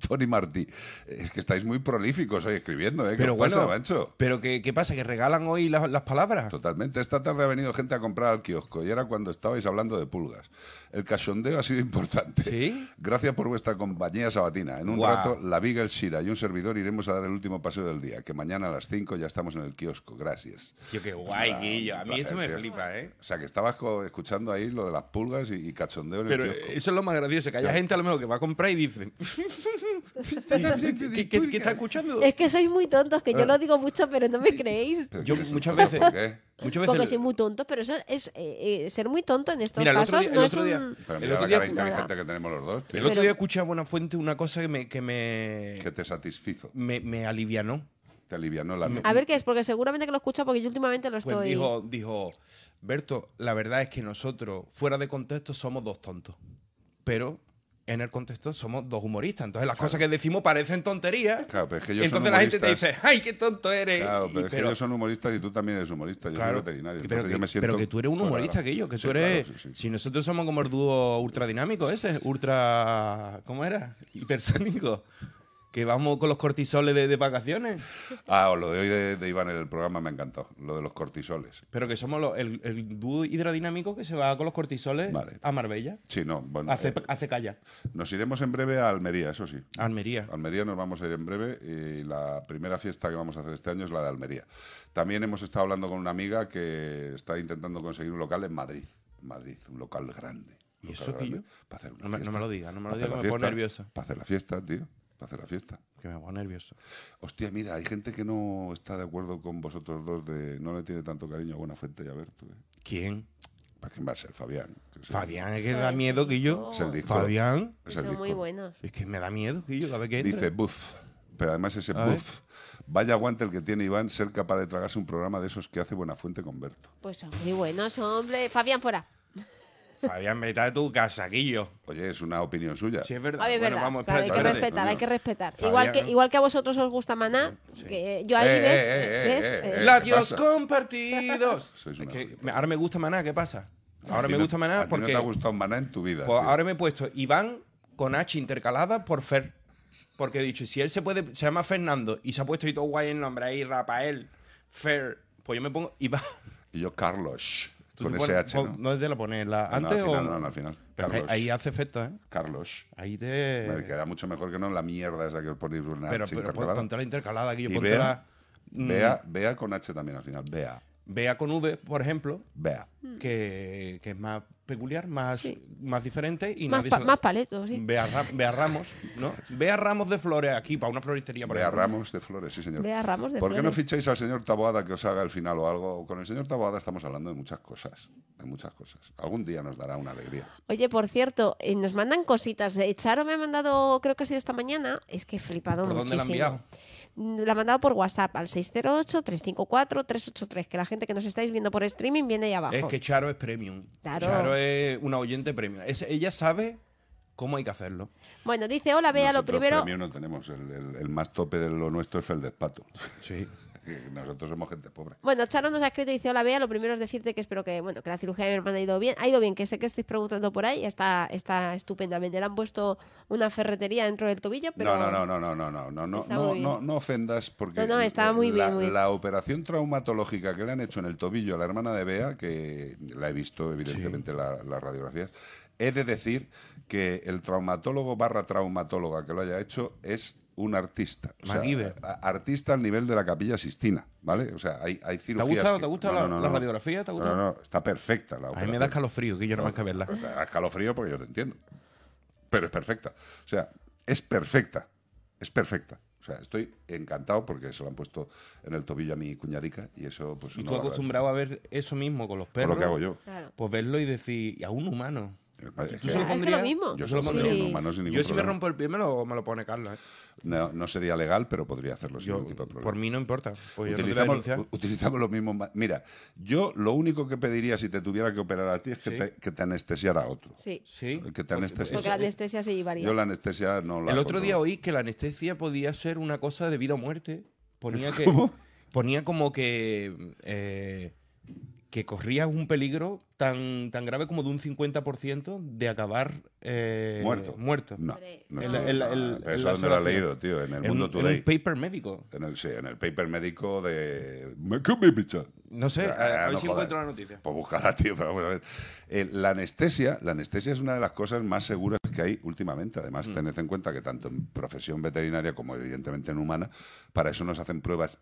A: Tony Martí, es que estáis muy prolíficos hoy escribiendo, ¿eh? ¿Qué
B: Pero
A: os pasa,
B: bueno,
A: macho?
B: pero que- ¿qué pasa? ¿Que regalan hoy las, las palabras?
A: Totalmente. Esta tarde ha venido gente a comprar al kiosco y era cuando estabais hablando de pulgas. El cachondeo ha sido importante.
B: ¿Sí?
A: Gracias por vuestra compañía sabatina. En un
B: Guau.
A: rato, la Viga, el Shira y un servidor iremos a dar el último paseo del día, que mañana a las 5 ya estamos en el kiosco. Gracias.
B: Tío, qué guay,
A: Ah,
B: Guillo.
A: un
B: A mí
A: placer,
B: esto me
A: tío.
B: flipa, ¿eh?
A: O sea, que estabas co- escuchando ahí lo de las pulgas y, y cachondeo en
B: Pero
A: el kiosco.
B: eso es lo más gracioso, que haya gente a lo mejor que va a comprar y dice... ¿Qué, qué- qué- qué está escuchando?
C: Es que sois muy tontos,
B: Ah.
C: que yo lo digo mucho, pero no me creéis.
A: Pero
B: Yo
A: ¿quién es un
B: muchas
A: tonto?
B: veces...
A: ¿Por qué?
B: Muchas
C: Porque
B: veces...
C: soy muy tonto, pero eso es eh, eh, ser muy tonto en estos
B: Mira, el otro
C: casos.
B: día... El
C: no es
B: otro día,
C: un-
A: Pero
B: el
A: mira
B: otro
A: la
B: día
A: cara
C: escuchaba-
A: inteligente que tenemos los dos, tío,
B: el otro
C: Pero-
B: día escuché a Buenafuente una cosa que me, que me,
A: que te satisfizo,
B: me, me alivianó.
A: te alivianó la
C: A ver qué es, porque seguramente que lo escucha porque yo últimamente lo
B: Pues
C: estoy.
B: dijo, dijo, Berto, la verdad es que nosotros, fuera de contexto, somos dos tontos. Pero en el contexto somos dos humoristas. Entonces las cosas que decimos parecen tonterías.
A: Claro, pero es que ellos son
B: entonces la gente te
A: humoristas.
B: dice, ¡ay, qué tonto eres!
A: Claro,
B: Y-
A: pero, es que
B: eh, pero-
A: ellos son humoristas y tú también eres humorista. Yo
B: claro,
A: soy veterinario.
B: pero,
A: entonces
B: que,
A: yo me siento
B: pero que tú eres un
A: fuera de la-
B: humorista que yo, que
A: Sí,
B: tú eres.
A: claro, sí, sí.
B: Si nosotros somos como el dúo ultradinámico ese, ultra. ¿Cómo era? Hipersónico. Que vamos con los cortisoles de, de vacaciones.
A: Ah, o lo de hoy de, de Iván en el programa me ha encantado. Lo de los cortisoles.
B: Pero que somos los- el, el dúo hidrodinámico que se va con los cortisoles
A: Vale.
B: a Marbella.
A: Sí, no, bueno.
B: Hace,
A: eh,
B: hace calla.
A: nos iremos en breve a Almería, eso sí.
B: Almería.
A: Almería nos vamos a ir en breve y la primera fiesta que vamos a hacer este año es la de Almería. También hemos estado hablando con una amiga que está intentando conseguir un local en Madrid. En Madrid, un local grande.
B: ¿Y
A: Un local
B: eso que
A: grande
B: yo?
A: Para hacer una
B: No me- no
A: fiesta.
B: me lo diga, no me lo
A: Para hacer
B: diga,
A: la
B: me pongo
A: fiesta.
B: nervioso.
A: Para hacer la fiesta, tío. Para hacer la fiesta.
B: Que me pongo nervioso.
A: Hostia, mira, hay gente que no está de acuerdo con vosotros dos de no le tiene tanto cariño a Buena Fuente y a ver, tú. eh.
B: ¿Quién?
A: ¿Para quién va a ser? Fabián. que es el-
B: Fabián, es que da miedo que yo.
A: Es el disco.
B: Fabián.
A: es el
C: Pues Son muy
A: disco.
C: buenos.
B: Es que me da miedo que yo, a ver qué entra.
A: Dice buff. Pero además ese
B: A ver.
A: buff. Vaya guante el que tiene Iván ser capaz de tragarse un programa de esos que hace Buenafuente con Berto.
C: Pues son muy buenos, hombre. Fabián, fuera.
B: Fabián, vete a tu casa, Guillo.
A: Oye, es una opinión suya.
B: Sí, es verdad.
C: A ver,
B: Bueno,
C: verdad.
B: vamos,
C: Claro, hay
B: espérate,
C: que
B: espérate.
C: respetar, hay que respetar.
B: Fabián,
C: igual, que,
B: ¿no?
C: igual que a vosotros os gusta Maná, que yo ahí
A: Eh,
C: ves.
A: eh, eh,
C: ves,
A: eh,
C: eh,
A: eh. La-
B: Labios
A: pasa?
B: compartidos.
A: Sois
B: Es
A: una
B: que
A: gilipollas.
B: me- ahora me gusta Maná, ¿qué pasa? Ahora
A: A ti
B: me
A: no-
B: gusta
A: a
B: Maná
A: ti no
B: porque
A: te ha gustado Maná en tu vida.
B: pues,
A: tío.
B: ahora me he puesto Iván con H intercalada por Fer. Porque he dicho, si él se puede, se llama Fernando y se ha puesto y todo guay el nombre ahí, Rafael, Fer, pues yo me pongo Iván.
A: Y yo, Carlos.
B: Tú
A: con
B: te
A: ese
B: pones-
A: H, ¿no? Ah,
B: ¿Dónde te la pones? ¿La,
A: No,
B: ¿Antes
A: al final,
B: o...?
A: no, no, al final.
B: Pero es que
A: Carlos.
B: ahí hace efecto, ¿eh?
A: Carlos.
B: Ahí
A: Me
B: te...
A: queda mucho mejor que no la mierda esa que os ponéis una
B: Eh. Pero,
A: H
B: pero pon-
A: intercalada.
B: ponte la intercalada, que yo
A: Y
B: ponte
A: Bea,
B: la... mm,
A: Bea, Bea con H también al final. Bea.
B: Bea con V, por ejemplo,
A: Bea.
B: que, que es más peculiar, más,
C: Hmm. Sí.
B: más diferente y
C: más,
B: nadie
C: pa-
B: se-
C: más paletos, sí.
B: Bea, Ra- Bea Ramos, ¿no? Bea Ramos de Flores aquí, para una floristería, por
A: Bea
B: ejemplo.
A: Ramos de Flores, sí, señor.
C: Bea Ramos de
A: ¿Por qué no
C: Flores.
A: ficháis al señor Taboada que os haga el final o algo? Con el señor Taboada estamos hablando de muchas cosas. De muchas cosas. Algún día nos dará una alegría.
C: Oye, por cierto, eh, nos mandan cositas. Eh, Charo me ha mandado, creo que ha sido esta mañana, es que he flipado
B: ¿Por dónde
C: muchísimo.
B: la ha enviado?
C: Mm, La ha mandado por WhatsApp al 608-354-383, que la gente que nos estáis viendo por streaming viene ahí abajo.
B: Es que Charo es premium.
C: Claro.
B: Charo es una oyente premium. Es- ella sabe cómo hay que hacerlo.
C: Bueno, dice, hola, vea, lo
A: Nosotros
C: primero...
A: premio no tenemos. El, el- el más tope de lo nuestro es el despato.
B: Sí.
A: Nosotros somos gente pobre.
C: Bueno, Charo nos ha escrito y dice, hola Bea, lo primero es decirte que espero que, bueno, que la cirugía de mi hermana ha ido bien, ha ido bien, que sé que estáis preguntando por ahí, está, está estupendamente. Le han puesto una ferretería dentro del tobillo, pero...
A: no, no, no, no, no, no, no, no,
C: Está muy
A: no,
C: bien.
A: no, no ofendas porque
C: No, no, está muy
A: la,
C: bien, muy bien.
A: la operación traumatológica que le han hecho en el tobillo a la hermana de Bea, que la he visto evidentemente la- las radiografías, he de decir que el traumatólogo barra traumatóloga que lo haya hecho es un artista. O sea,
B: MacGyver.
A: a- artista al nivel de la capilla Sistina, ¿vale? O sea, hay, hay
B: ha
A: cirugías...
B: gustado?
A: que-
B: ¿Te ha gustado la- la radiografía? ¿Te ha
A: No,
B: gustado?
A: No, no, está perfecta la
B: A
A: operación.
B: mí me da escalofrío, que yo no más que verla.
A: Te da Pues, escalofrío porque yo te entiendo. Pero es perfecta. O sea, es perfecta. Es perfecta. O sea, estoy encantado porque se lo han puesto en el tobillo a mi cuñadica y eso, pues.
B: Y
A: una
B: tú
A: barbaridad.
B: acostumbrado a ver eso mismo con los
A: Por
B: perros.
A: lo que hago yo.
C: Claro.
B: Pues verlo y decir, y a un humano.
A: Es
B: ¿Tú
A: que
B: se lo
C: Es que
B: pondrías?
C: lo mismo.
A: Yo
B: se lo
A: solo pondría
C: Sí.
A: un humano sin ningún
B: Yo si me
A: problema.
B: rompo el pie me lo, me lo pone Carla. ¿eh?
A: No, no sería legal, pero podría hacerlo Pues sin
B: Yo-
A: ningún tipo de problema.
B: por mí no importa. Pues yo no te voy a
A: utilizamos,
B: denunciar.
A: u- utilizamos los mismos. ma- Mira, yo lo único que pediría si te tuviera que operar a ti es que,
B: Sí.
A: te, que te anestesiara a otro.
C: Sí,
B: Sí.
A: Que te anestesiara.
C: porque la anestesia se llevaría.
A: Yo la anestesia no la.
B: El otro día
A: controlo.
B: oí que la anestesia podía ser una cosa de vida o muerte. Ponía que. Ponía como que. eh, que corrías un peligro tan, tan grave como de un 50% de acabar eh,
A: Muerto.
B: muerto.
A: No, no
B: El-
A: estoy-
B: el-
A: ah,
B: el-
A: pero
B: el-
A: eso
B: la
A: donde lo ha
B: solución.
A: leído, tío, en el
B: En un-
A: Mundo
B: en
A: Today.
B: un paper médico.
A: En el, sí, en el paper médico de... Me come pizza.
B: No sé, a, a
A: Ah,
B: ver
A: no
B: si
A: jodas.
B: encuentro la noticia.
A: Pues búscala, tío, pero vamos a ver. Eh, la anestesia, la anestesia es una de las cosas más seguras que hay últimamente. Además,
B: Mm.
A: tened en cuenta que tanto en profesión veterinaria como evidentemente en humana, para eso nos hacen pruebas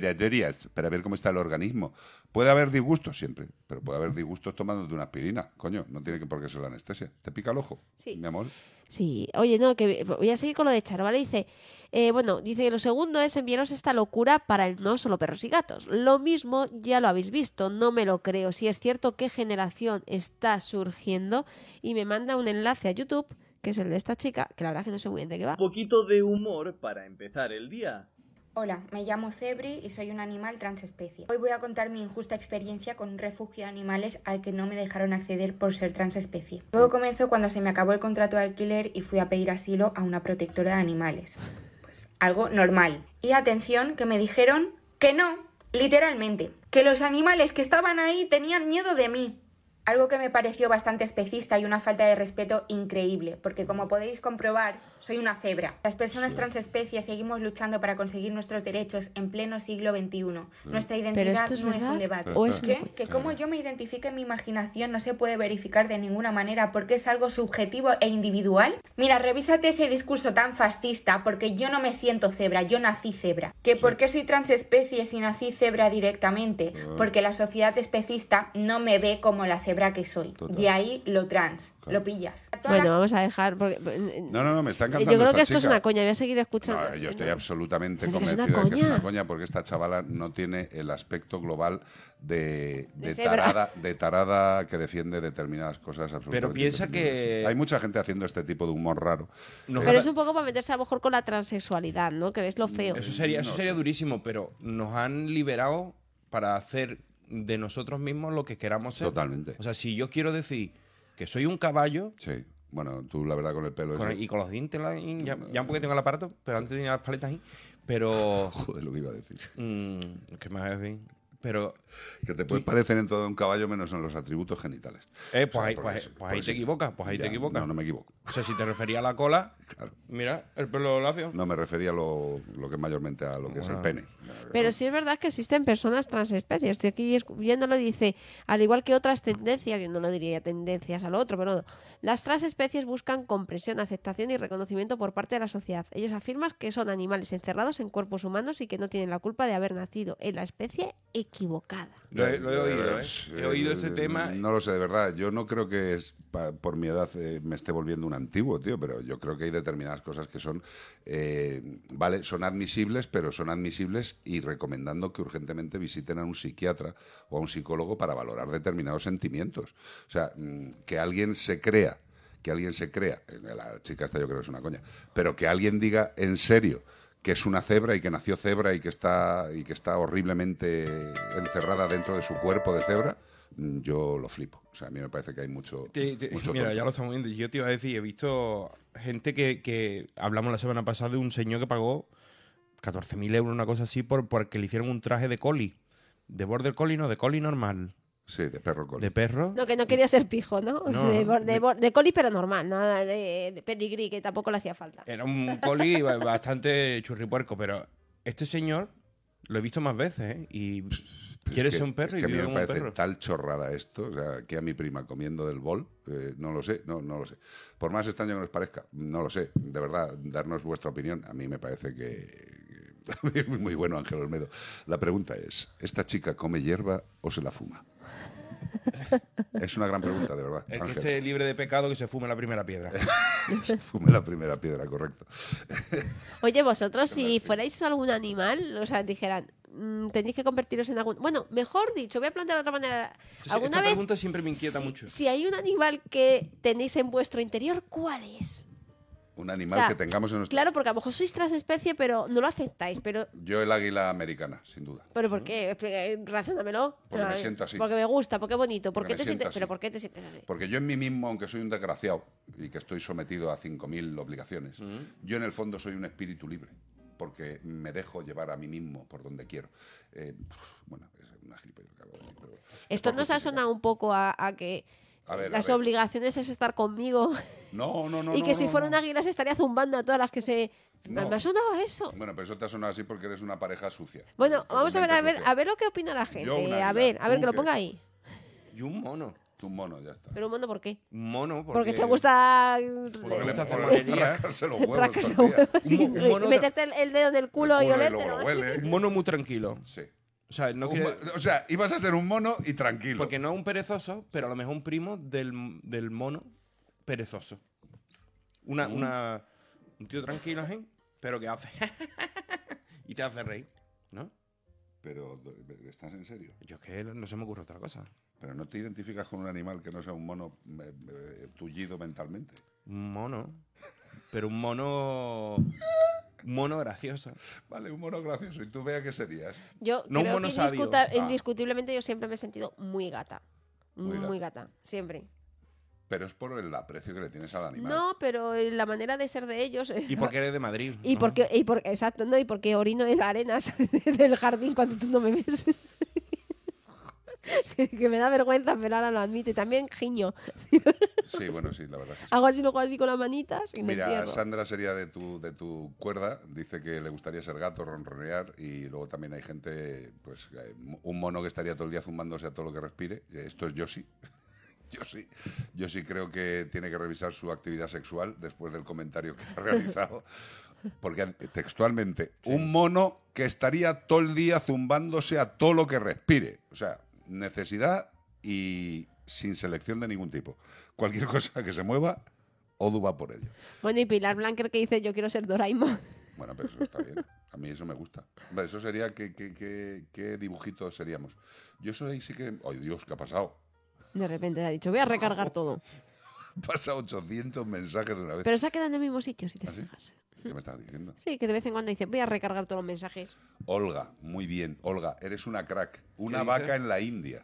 A: preoperatorias para ver cómo está el organismo. Puede haber disgustos siempre, pero puede haber disgustos tomándote una aspirina. Coño, no tiene que por qué ser la anestesia. ¿Te pica el ojo?
C: Sí.
A: Mi amor.
C: Sí, oye, no, que voy a seguir con lo de Charo, ¿vale? Dice, eh, bueno, dice que lo segundo es enviaros esta locura para el no solo perros y gatos. Lo mismo ya lo habéis visto, no me lo creo. Si es cierto qué generación está surgiendo y me manda un enlace a YouTube, que es el de esta chica, que la verdad es que no sé muy bien de qué va.
E: Un poquito de humor para empezar el día. Hola, me llamo Zebri y soy un animal transespecie. Hoy voy a contar mi injusta experiencia con un refugio de animales al que no me dejaron acceder por ser transespecie. Todo comenzó cuando se me acabó el contrato de alquiler y fui a pedir asilo a una protectora de animales. Pues algo normal. Y atención, que me dijeron que no, literalmente, que los animales que estaban ahí tenían miedo de mí. Algo que me pareció bastante especista y una falta de respeto increíble, porque como podéis comprobar, soy una cebra. Las personas transespecies seguimos luchando para conseguir nuestros derechos en pleno siglo XXI. Nuestra identidad
C: esto es
E: no es
C: verdad
E: un debate.
C: o es
E: ¿Qué?
C: una-
E: Que como yo me identifique en mi imaginación no se puede verificar de ninguna manera porque es algo subjetivo e individual. Mira, revísate ese discurso tan fascista porque yo no me siento cebra, yo nací cebra. Que por qué soy transespecie si nací cebra directamente?
A: Ah.
E: Porque la sociedad especista no me ve como la cebra que soy.
A: Total.
E: De ahí lo trans,
A: Claro.
E: lo pillas. Toda la
C: Bueno, vamos a dejar. Porque, eh,
A: No, no, no, me está
C: yo
A: encantando
C: creo que
A: esta
C: esto es
A: chica.
C: una coña, voy a seguir escuchando.
A: No, yo estoy absolutamente
C: Dice que Pues es una
A: convencido de que es
C: coña.
A: una coña porque esta chavala no tiene el aspecto global de,
C: De
A: de
C: cebra.
A: tarada, de tarada que defiende determinadas cosas absolutamente.
B: piensa
A: imprescindibles.
B: que-
A: Hay mucha gente haciendo este tipo de humor raro.
B: Nos
C: Pero
B: ha-
C: es un poco para meterse a lo mejor con la transexualidad, ¿no? Que ves lo feo.
B: Eso sería, eso
A: No
B: sería
A: sé.
B: durísimo, pero nos han liberado para hacer de nosotros mismos lo que queramos ser.
A: Totalmente.
B: O sea, si yo quiero decir que soy un caballo
A: Sí. Bueno, tú la verdad con el pelo
B: con-
A: ese-
B: y con los dientes, la- ya, ya porque tengo el aparato, pero antes tenía las paletas ahí, pero...
A: Joder, lo que iba a decir.
B: mm, ¿Qué más es bien? Pero...
A: Que te puedes parecer en todo un caballo menos en los atributos genitales.
B: Eh, pues
A: O sea,
B: ahí,
A: por
B: pues-
A: eso-
B: pues
A: por
B: ahí
A: eso-
B: te equivocas, pues ahí
A: Ya,
B: te equivocas.
A: No, no me equivoco.
B: O sea, si te refería a la cola,
A: Claro.
B: mira, el pelo lacio.
A: No me refería a lo, lo que mayormente a lo que es
B: Ah.
A: el pene.
C: Pero sí es verdad que existen personas transespecies. Estoy aquí escu- viéndolo y dice, al igual que otras tendencias, yo no lo diría tendencias al otro, pero no. las transespecies buscan comprensión, aceptación y reconocimiento por parte de la sociedad. Ellos afirman que son animales encerrados en cuerpos humanos y que no tienen la culpa de haber nacido en la especie equivocada.
B: Lo he, lo he oído, ¿eh?
A: Es,
B: He oído este
A: eh,
B: tema.
A: No lo sé, de verdad. Yo no creo que es pa- por mi edad eh, me esté volviendo un antiguo, tío, pero yo creo que hay determinadas cosas que son, eh, vale, son admisibles, pero son admisibles y recomendando que urgentemente visiten a un psiquiatra o a un psicólogo para valorar determinados sentimientos. O sea, mm, que alguien se crea, que alguien se crea, eh, la chica esta yo creo que es una coña, pero que alguien diga en serio que es una cebra y que nació cebra y que está y que está horriblemente encerrada dentro de su cuerpo de cebra, mm, yo lo flipo. O sea, a mí me parece que hay mucho.
B: Te- te-
A: mucho
B: mira,
A: tonto.
B: ya lo estamos viendo. Yo te iba a decir, he visto gente que, que hablamos la semana pasada de un señor que pagó 14.000 euros, una cosa así, por, porque le hicieron un traje de coli. De border collie, no, de coli normal.
A: Sí, de perro col.
B: De perro.
C: No, que no quería ser pijo, ¿no?
B: No,
C: de, bor- de
B: de-
C: bor- de coli, pero normal, nada de, de pedigrí, que tampoco le hacía falta.
B: Era un coli ba- bastante churripuerco, pero este señor lo he visto más veces, ¿eh? Y
A: Pues Es
B: quiere
A: que-
B: ser un perro
A: es que
B: y
A: a mí
B: vive
A: me
B: como un
A: parece
B: perro.
A: tal chorrada esto, o sea, que a mi prima comiendo del bol, eh, no lo sé, no, no lo sé. Por más extraño que nos parezca, no lo sé. De verdad, darnos vuestra opinión, a mí me parece que... a mí es Muy bueno, Ángel Olmedo. La pregunta es, ¿esta chica come hierba o se la fuma? Es una gran pregunta, de verdad.
B: El que este-
A: Ángel.
B: esté libre de pecado que se fume la primera piedra.
A: Se fume la primera piedra, correcto.
C: Oye, vosotros, si fuerais algún animal, o sea, dijeran, mm, tenéis que convertiros en algún. Bueno, mejor dicho, voy a plantear de otra manera.
A: Pues
B: Entonces,
C: ¿Alguna
B: esta
C: vez,
B: pregunta siempre me inquieta
C: si,
B: mucho.
C: si hay un animal que tenéis en vuestro interior, ¿cuál es?
A: Un animal
C: O sea,
A: que tengamos en nuestro...
C: Claro, porque a lo mejor sois transespecie, pero no lo aceptáis. Pero,
A: Yo el águila americana, sin duda.
C: ¿pero por qué? Explica- eh, Razónamelo.
A: Porque me
C: Ay,
A: siento así.
C: Porque me gusta, porque es bonito. ¿Por
A: Porque
C: qué
A: me
C: te
A: siento
C: sientes,
A: así.
C: ¿Pero por qué te sientes así?
A: Porque yo en mí mismo, aunque soy un desgraciado y que estoy sometido a 5.000 obligaciones, yo en el fondo soy un espíritu libre, porque me dejo llevar a mí mismo por donde quiero. Eh, bueno, es una gilipollez lo que acabo de decir, pero-
C: Esto
A: por
C: nos ha
A: justificar.
C: sonado un poco a, a que
A: A ver, a
C: las
A: ver.
C: obligaciones es estar conmigo
A: No, no, no.
C: y
A: no,
C: que
A: no,
C: si fueran
A: no.
C: águilas estaría zumbando a todas las que se...
A: No.
C: Me ha sonado a eso.
A: Bueno, pero eso te ha sonado así porque eres una pareja sucia.
C: Bueno,
A: Eres
C: vamos a ver, a
A: totalmente
C: ver,
A: sucia.
C: a ver lo que opina la gente.
A: Yo un águila,
C: A ver, a ver,
A: tú
C: que lo
A: qué.
C: ponga ahí.
B: Y un mono.
A: Tú un mono, ya está.
C: Pero un mono, ¿por qué?
B: Un mono.
C: Porque, te gusta...
B: Porque le gusta hacer
A: Porque le gusta
B: monería. ¿eh?
A: rascarse los huevos.
C: rascarse
A: todo el día.
C: huevos, sí,
B: Un mo- un mono
C: meterte el, el dedo en el culo y
A: El culo
C: olértelo. ¿eh?
A: luego lo huele.
B: Un mono muy tranquilo.
A: Sí.
B: O sea, no
A: Un
B: quiere-
A: mo- O sea, ibas a ser un mono y tranquilo.
B: Porque no es un perezoso, pero a lo mejor un primo del, del mono perezoso. Una,
A: Mm.
B: una, un tío tranquilo, ¿eh? pero que hace. y te hace reír, ¿no?
A: Pero, ¿estás en serio?
B: Yo es que no se me ocurre otra cosa.
A: Pero no te identificas con un animal que no sea un mono eh, eh, tullido mentalmente.
B: Un mono. Pero un mono. mono gracioso.
A: Vale, un mono gracioso. Y tú vea qué serías.
C: Yo
B: No un
C: creo que
B: monosadio.
C: indiscuta-
B: Ah.
C: indiscutiblemente yo siempre me he sentido muy gata.
A: Muy
C: Muy,
A: gata.
C: gata. siempre.
A: Pero es por el aprecio que le tienes al animal.
C: No, pero la manera de ser de ellos.
B: Y porque eres de Madrid.
C: Y
B: ¿no?
C: porque, y por- exacto, no, y porque orino en arenas del jardín cuando tú no me ves. que, que me da vergüenza, pero ahora lo admito. Y también giño.
A: Sí, bueno, sí, la verdad. que sí.
C: Hago así, luego así con las manitas y me
A: Mira,
C: cierro.
A: Sandra sería de tu, de tu cuerda. Dice que le gustaría ser gato, ronronear. Y luego también hay gente, pues, eh, un mono que estaría todo el día zumbándose a todo lo que respire. Eh, Esto es Yoshi. Yo sí, yo sí creo que tiene que revisar su actividad sexual después del comentario que ha realizado. Porque textualmente, un mono que estaría todo el día zumbándose a todo lo que respire. O sea, necesidad y sin selección de ningún tipo. Cualquier cosa que se mueva, Odu va por ello.
C: Bueno, y Pilar Blanquer que dice: Yo quiero ser Doraemon.
A: Bueno, pero eso está bien. A mí eso me gusta. Hombre, eso sería qué que, que, que dibujito seríamos. Yo soy sí que... ¡Ay, Dios, qué ha pasado!
C: De repente ha dicho: Voy a recargar todo.
A: Pasa 800 mensajes de una vez.
C: Pero se ha quedado en el mismo sitio, si te
A: ¿Ah, sí?
C: fijas.
A: ¿Qué me estás diciendo?
C: Sí, que de vez en cuando dice: Voy a recargar todos los mensajes.
A: Olga, muy bien. Olga, eres una crack. Una
B: dice?
A: vaca en la India.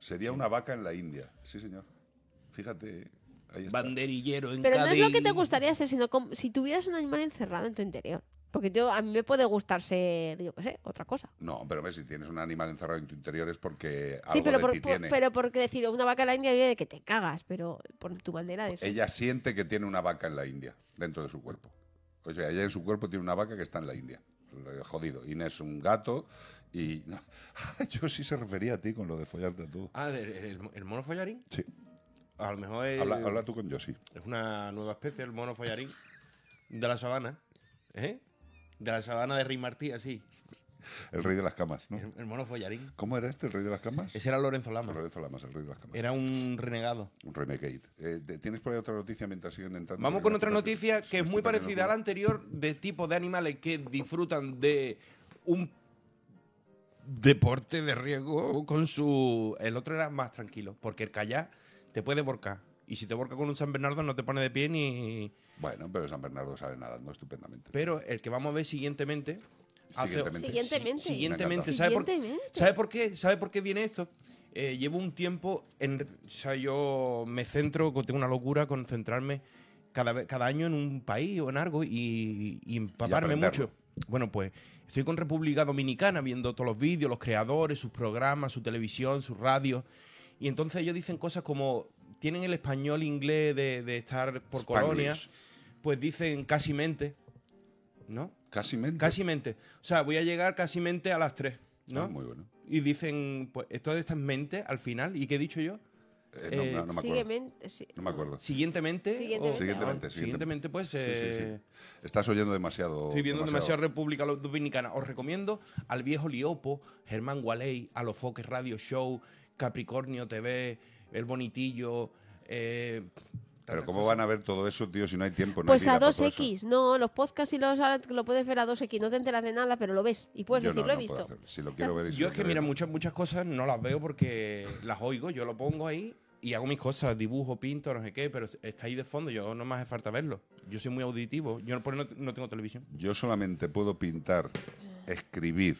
A: Sería una vaca en la India. Sí, señor. Fíjate, ¿eh? ahí está.
B: Banderillero en
C: Pero no es lo que
B: Cádiz.
C: te gustaría ser, sino como si tuvieras un animal encerrado en tu interior. Porque yo, a mí me puede gustar ser, yo qué sé, otra cosa.
A: No, pero hombre, si tienes un animal encerrado en tu interior es porque algo
C: sí, pero,
A: de
C: por,
A: ti
C: por-
A: tiene.
C: pero porque decir una vaca en la India vive de que te cagas, pero por tu manera de ser.
A: Pues Ella siente que tiene una vaca en la India, dentro de su cuerpo. O sea, ella en su cuerpo tiene una vaca que está en la India. Eh, Jodido. Inés un gato y... Yo sí se refería a ti con lo de follarte tú.
B: Ah, del- el, el mono follarín.
A: Sí.
B: A lo mejor es,
A: Habla, habla tú con Josie.
B: es una nueva especie, el mono follarín. De la sabana. ¿Eh? De la sabana de Rey Martí, así.
A: El rey de las camas, ¿no?
B: El, el mono follarín.
A: ¿Cómo era este, el rey de las camas?
B: Ese era Lorenzo Lama.
A: Lorenzo Lamas, el rey de las camas.
B: Era un renegado.
A: Un renegade. Eh, te- ¿Tienes por ahí otra noticia mientras siguen entrando?
B: Vamos
A: Porque
B: con
A: me
B: otra
A: está-
B: noticia
A: se me
B: que es
A: está
B: muy
A: poniendo
B: parecida a la
A: como-
B: anterior de tipo de animales que disfrutan de un deporte de riesgo con su... El otro era más tranquilo, porque el callar te puede borcar. Y si te borca con un San Bernardo no te pone de pie ni...
A: Bueno, pero San Bernardo sale nadando estupendamente.
B: Pero el que vamos a ver siguientemente...
A: Siguientemente.
C: Siguientemente.
B: Si- siguientemente.
A: Me
B: ¿Sabe por,
C: Siguientemente.
B: ¿sabe por qué? ¿Sabe por qué viene esto? Eh, llevo un tiempo en. O sea, yo me centro, tengo una locura concentrarme cada, ve- cada año en un país o en algo y, y empaparme
A: aprenderlo.
B: mucho. Bueno, pues estoy con República Dominicana viendo todos los vídeos, los creadores, sus programas, su televisión, su radio. Y entonces ellos dicen cosas como. Tienen el español inglés de, de estar por
A: Spanglish.
B: colonia. Pues dicen casi mente. ¿No?
A: Casi mente.
B: Casi mente. O sea, voy a llegar casi mente a las 3. ¿no?
A: Ah, muy bueno.
B: Y dicen, pues, esto está en mente al final. ¿Y qué he dicho yo?
A: Eh, no,
B: Eh,
A: no, no me acuerdo.
C: Síguemente, sí.
A: No me acuerdo.
B: Siguientemente. o-
C: Siguientemente.
A: Siguientemente,
B: Ah, siguientemente, pues.
A: Sí, sí, sí.
B: eh,
A: Estás oyendo demasiado.
B: Estoy viendo demasiado República Dominicana. Os recomiendo al viejo Liopo, Germán Gualey, a los Foques Radio Show, Capricornio TV, El Bonitillo. eh,
A: Pero
B: tantas
A: ¿cómo
B: cosas.
A: van a ver todo eso, tío, si no hay tiempo? No hay
C: Pues a
A: vida para todo
C: 2X, no, los podcasts y los ahora lo puedes ver a 2X, no te enteras de nada, pero lo ves y puedes
A: Yo
C: decir,
A: no,
C: lo he
A: no puedo
C: visto.
A: hacer. Si lo quiero ver y si lo
B: Yo es que,
A: quiero
B: mira,
A: ver.
B: muchas, muchas cosas no las veo porque las oigo, yo lo pongo ahí y hago mis cosas, dibujo, pinto, no sé qué, pero está ahí de fondo, yo no me hace falta verlo. Yo soy muy auditivo, yo por eso no, no tengo televisión.
A: Yo solamente puedo pintar, escribir,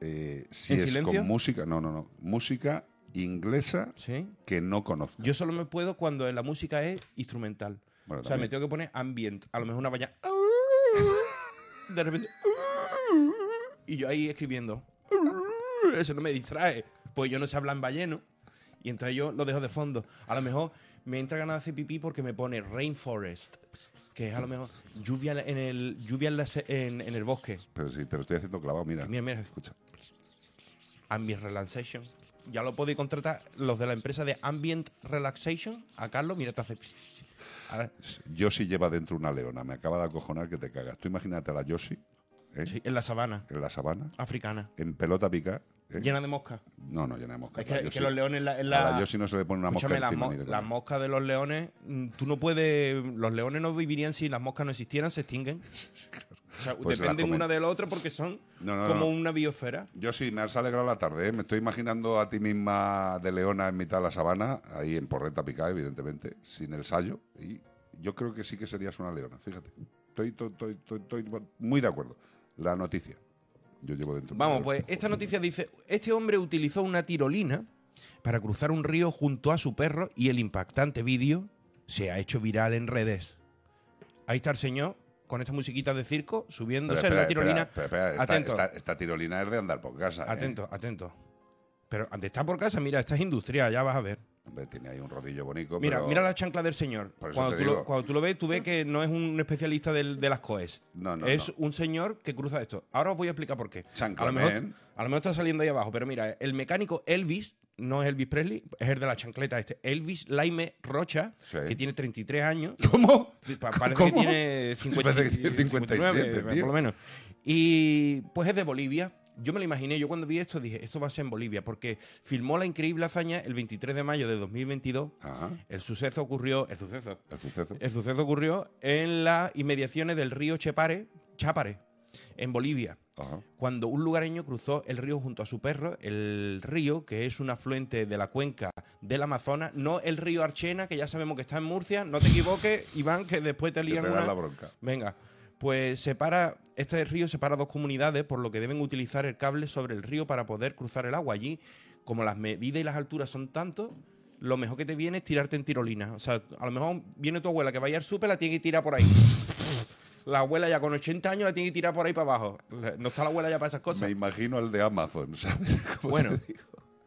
A: eh, si
B: ¿En
A: es
B: silencio?
A: con música, no, no, no, música inglesa
B: Sí.
A: que no conozco.
B: Yo solo me puedo cuando la música es instrumental.
A: Bueno,
B: o sea, me
A: también.
B: tengo que poner ambient, a lo mejor una valla. De repente. Y yo ahí escribiendo. Eso no me distrae, pues yo no sé hablar en balleno. Y entonces yo lo dejo de fondo. A lo mejor me entra ganas de hacer pipí porque me pone rainforest, que es a lo mejor lluvia en el, lluvia en, la se- en- en el bosque.
A: Pero si te lo estoy haciendo clavado, mira.
B: Mira, mira,
A: Escucha.
B: Ambient Relaxation. Ya lo podéis contratar los de la empresa de Ambient Relaxation. A Carlos, mira, te hace. Ahora-
A: Yo sí lleva dentro una leona, me acaba de acojonar que te cagas. Tú imagínate a la Yoshi ¿eh?
B: Sí, en la sabana
A: en la sabana,
B: africana,
A: en pelota pica. ¿eh?
B: llena de moscas.
A: No, no, llena de moscas.
B: Es que,
A: La
B: es que
A: Yoshi-
B: los leones. La, en
A: A
B: la,
A: la Yoshi no se le pone una mosca
B: Escúchame, las
A: encima.
B: mo-
A: ni de
B: las
A: coña.
B: moscas de los leones, mm, tú no puedes. Los leones no vivirían si las moscas no existieran, se extinguen. O sea,
A: Pues se las
B: dependen
A: comen.
B: una de la otra porque son
A: No, no,
B: como
A: no.
B: una biosfera.
A: Yo sí, me has alegrado la tarde. ¿eh? Me estoy imaginando a ti misma de leona en mitad de la sabana, ahí en porreta picada, evidentemente, sin el sayo. Y yo creo que sí que serías una leona, fíjate. Estoy, to- estoy- estoy- estoy muy de acuerdo. La noticia. Yo llevo dentro.
B: Vamos, pues esta noticia dice, este hombre utilizó una tirolina para cruzar un río junto a su perro y el impactante vídeo se ha hecho viral en redes. Ahí está el señor con esta musiquita de circo
A: Pero
B: subiéndose en
A: espera,
B: la tirolina.
A: espera, espera, espera. Esta,
B: atento,
A: esta- esta tirolina es de andar por casa. ¿eh?
B: atento, atento. Pero antes está por casa, mira, esta es industrial, ya vas a ver.
A: Hombre, tiene ahí un rodillo bonito.
B: Mira,
A: pero-
B: mira la chancla del señor.
A: Por eso
B: Cuando
A: te
B: tú, lo,
A: digo.
B: cuando tú lo ves, tú ves que no es un especialista del- de las coes.
A: No, no,
B: Es
A: no.
B: un señor que cruza esto. Ahora os voy a explicar por qué.
A: Chancla
B: a, lo mejor,
A: Man.
B: a lo mejor está saliendo ahí abajo, pero mira, el mecánico Elvis, no es Elvis Presley, es el de la chancleta este. Elvis Laime Rocha,
A: Sí.
B: que tiene 33 años.
A: ¿Cómo?
B: Pa- Parece que
A: ¿Cómo?
B: tiene 50,
A: Parece que tiene
B: 59,
A: 57,
B: por
A: tío.
B: lo menos. Y pues es de Bolivia. Yo me lo imaginé, yo cuando vi esto dije, esto va a ser en Bolivia, porque filmó la increíble hazaña el 23 de mayo de 2022.
A: Ajá.
B: El suceso ocurrió, el suceso,
A: El suceso.
B: el suceso ocurrió en las inmediaciones del río Chepare, Chapare, en Bolivia,
A: Ajá.
B: cuando un lugareño cruzó el río junto a su perro, el río que es un afluente de la cuenca del Amazonas, no el río Archena, que ya sabemos que está en Murcia, no te equivoques, Iván, que después te
A: Que
B: lían
A: te dan
B: una-
A: la bronca.
B: Venga, pues separa, este río separa dos comunidades, por lo que deben utilizar el cable sobre el río para poder cruzar el agua. Allí, como las medidas y las alturas son tanto, lo mejor que te viene es tirarte en tirolina. O sea, a lo mejor viene tu abuela que vaya al súper, la tiene que tirar por ahí. La abuela ya con 80 años la tiene que tirar por ahí para abajo. La- No está la abuela ya para esas
A: Me
B: cosas.
A: imagino al de Amazon, ¿sabes? ¿Cómo te
B: Bueno,
A: digo?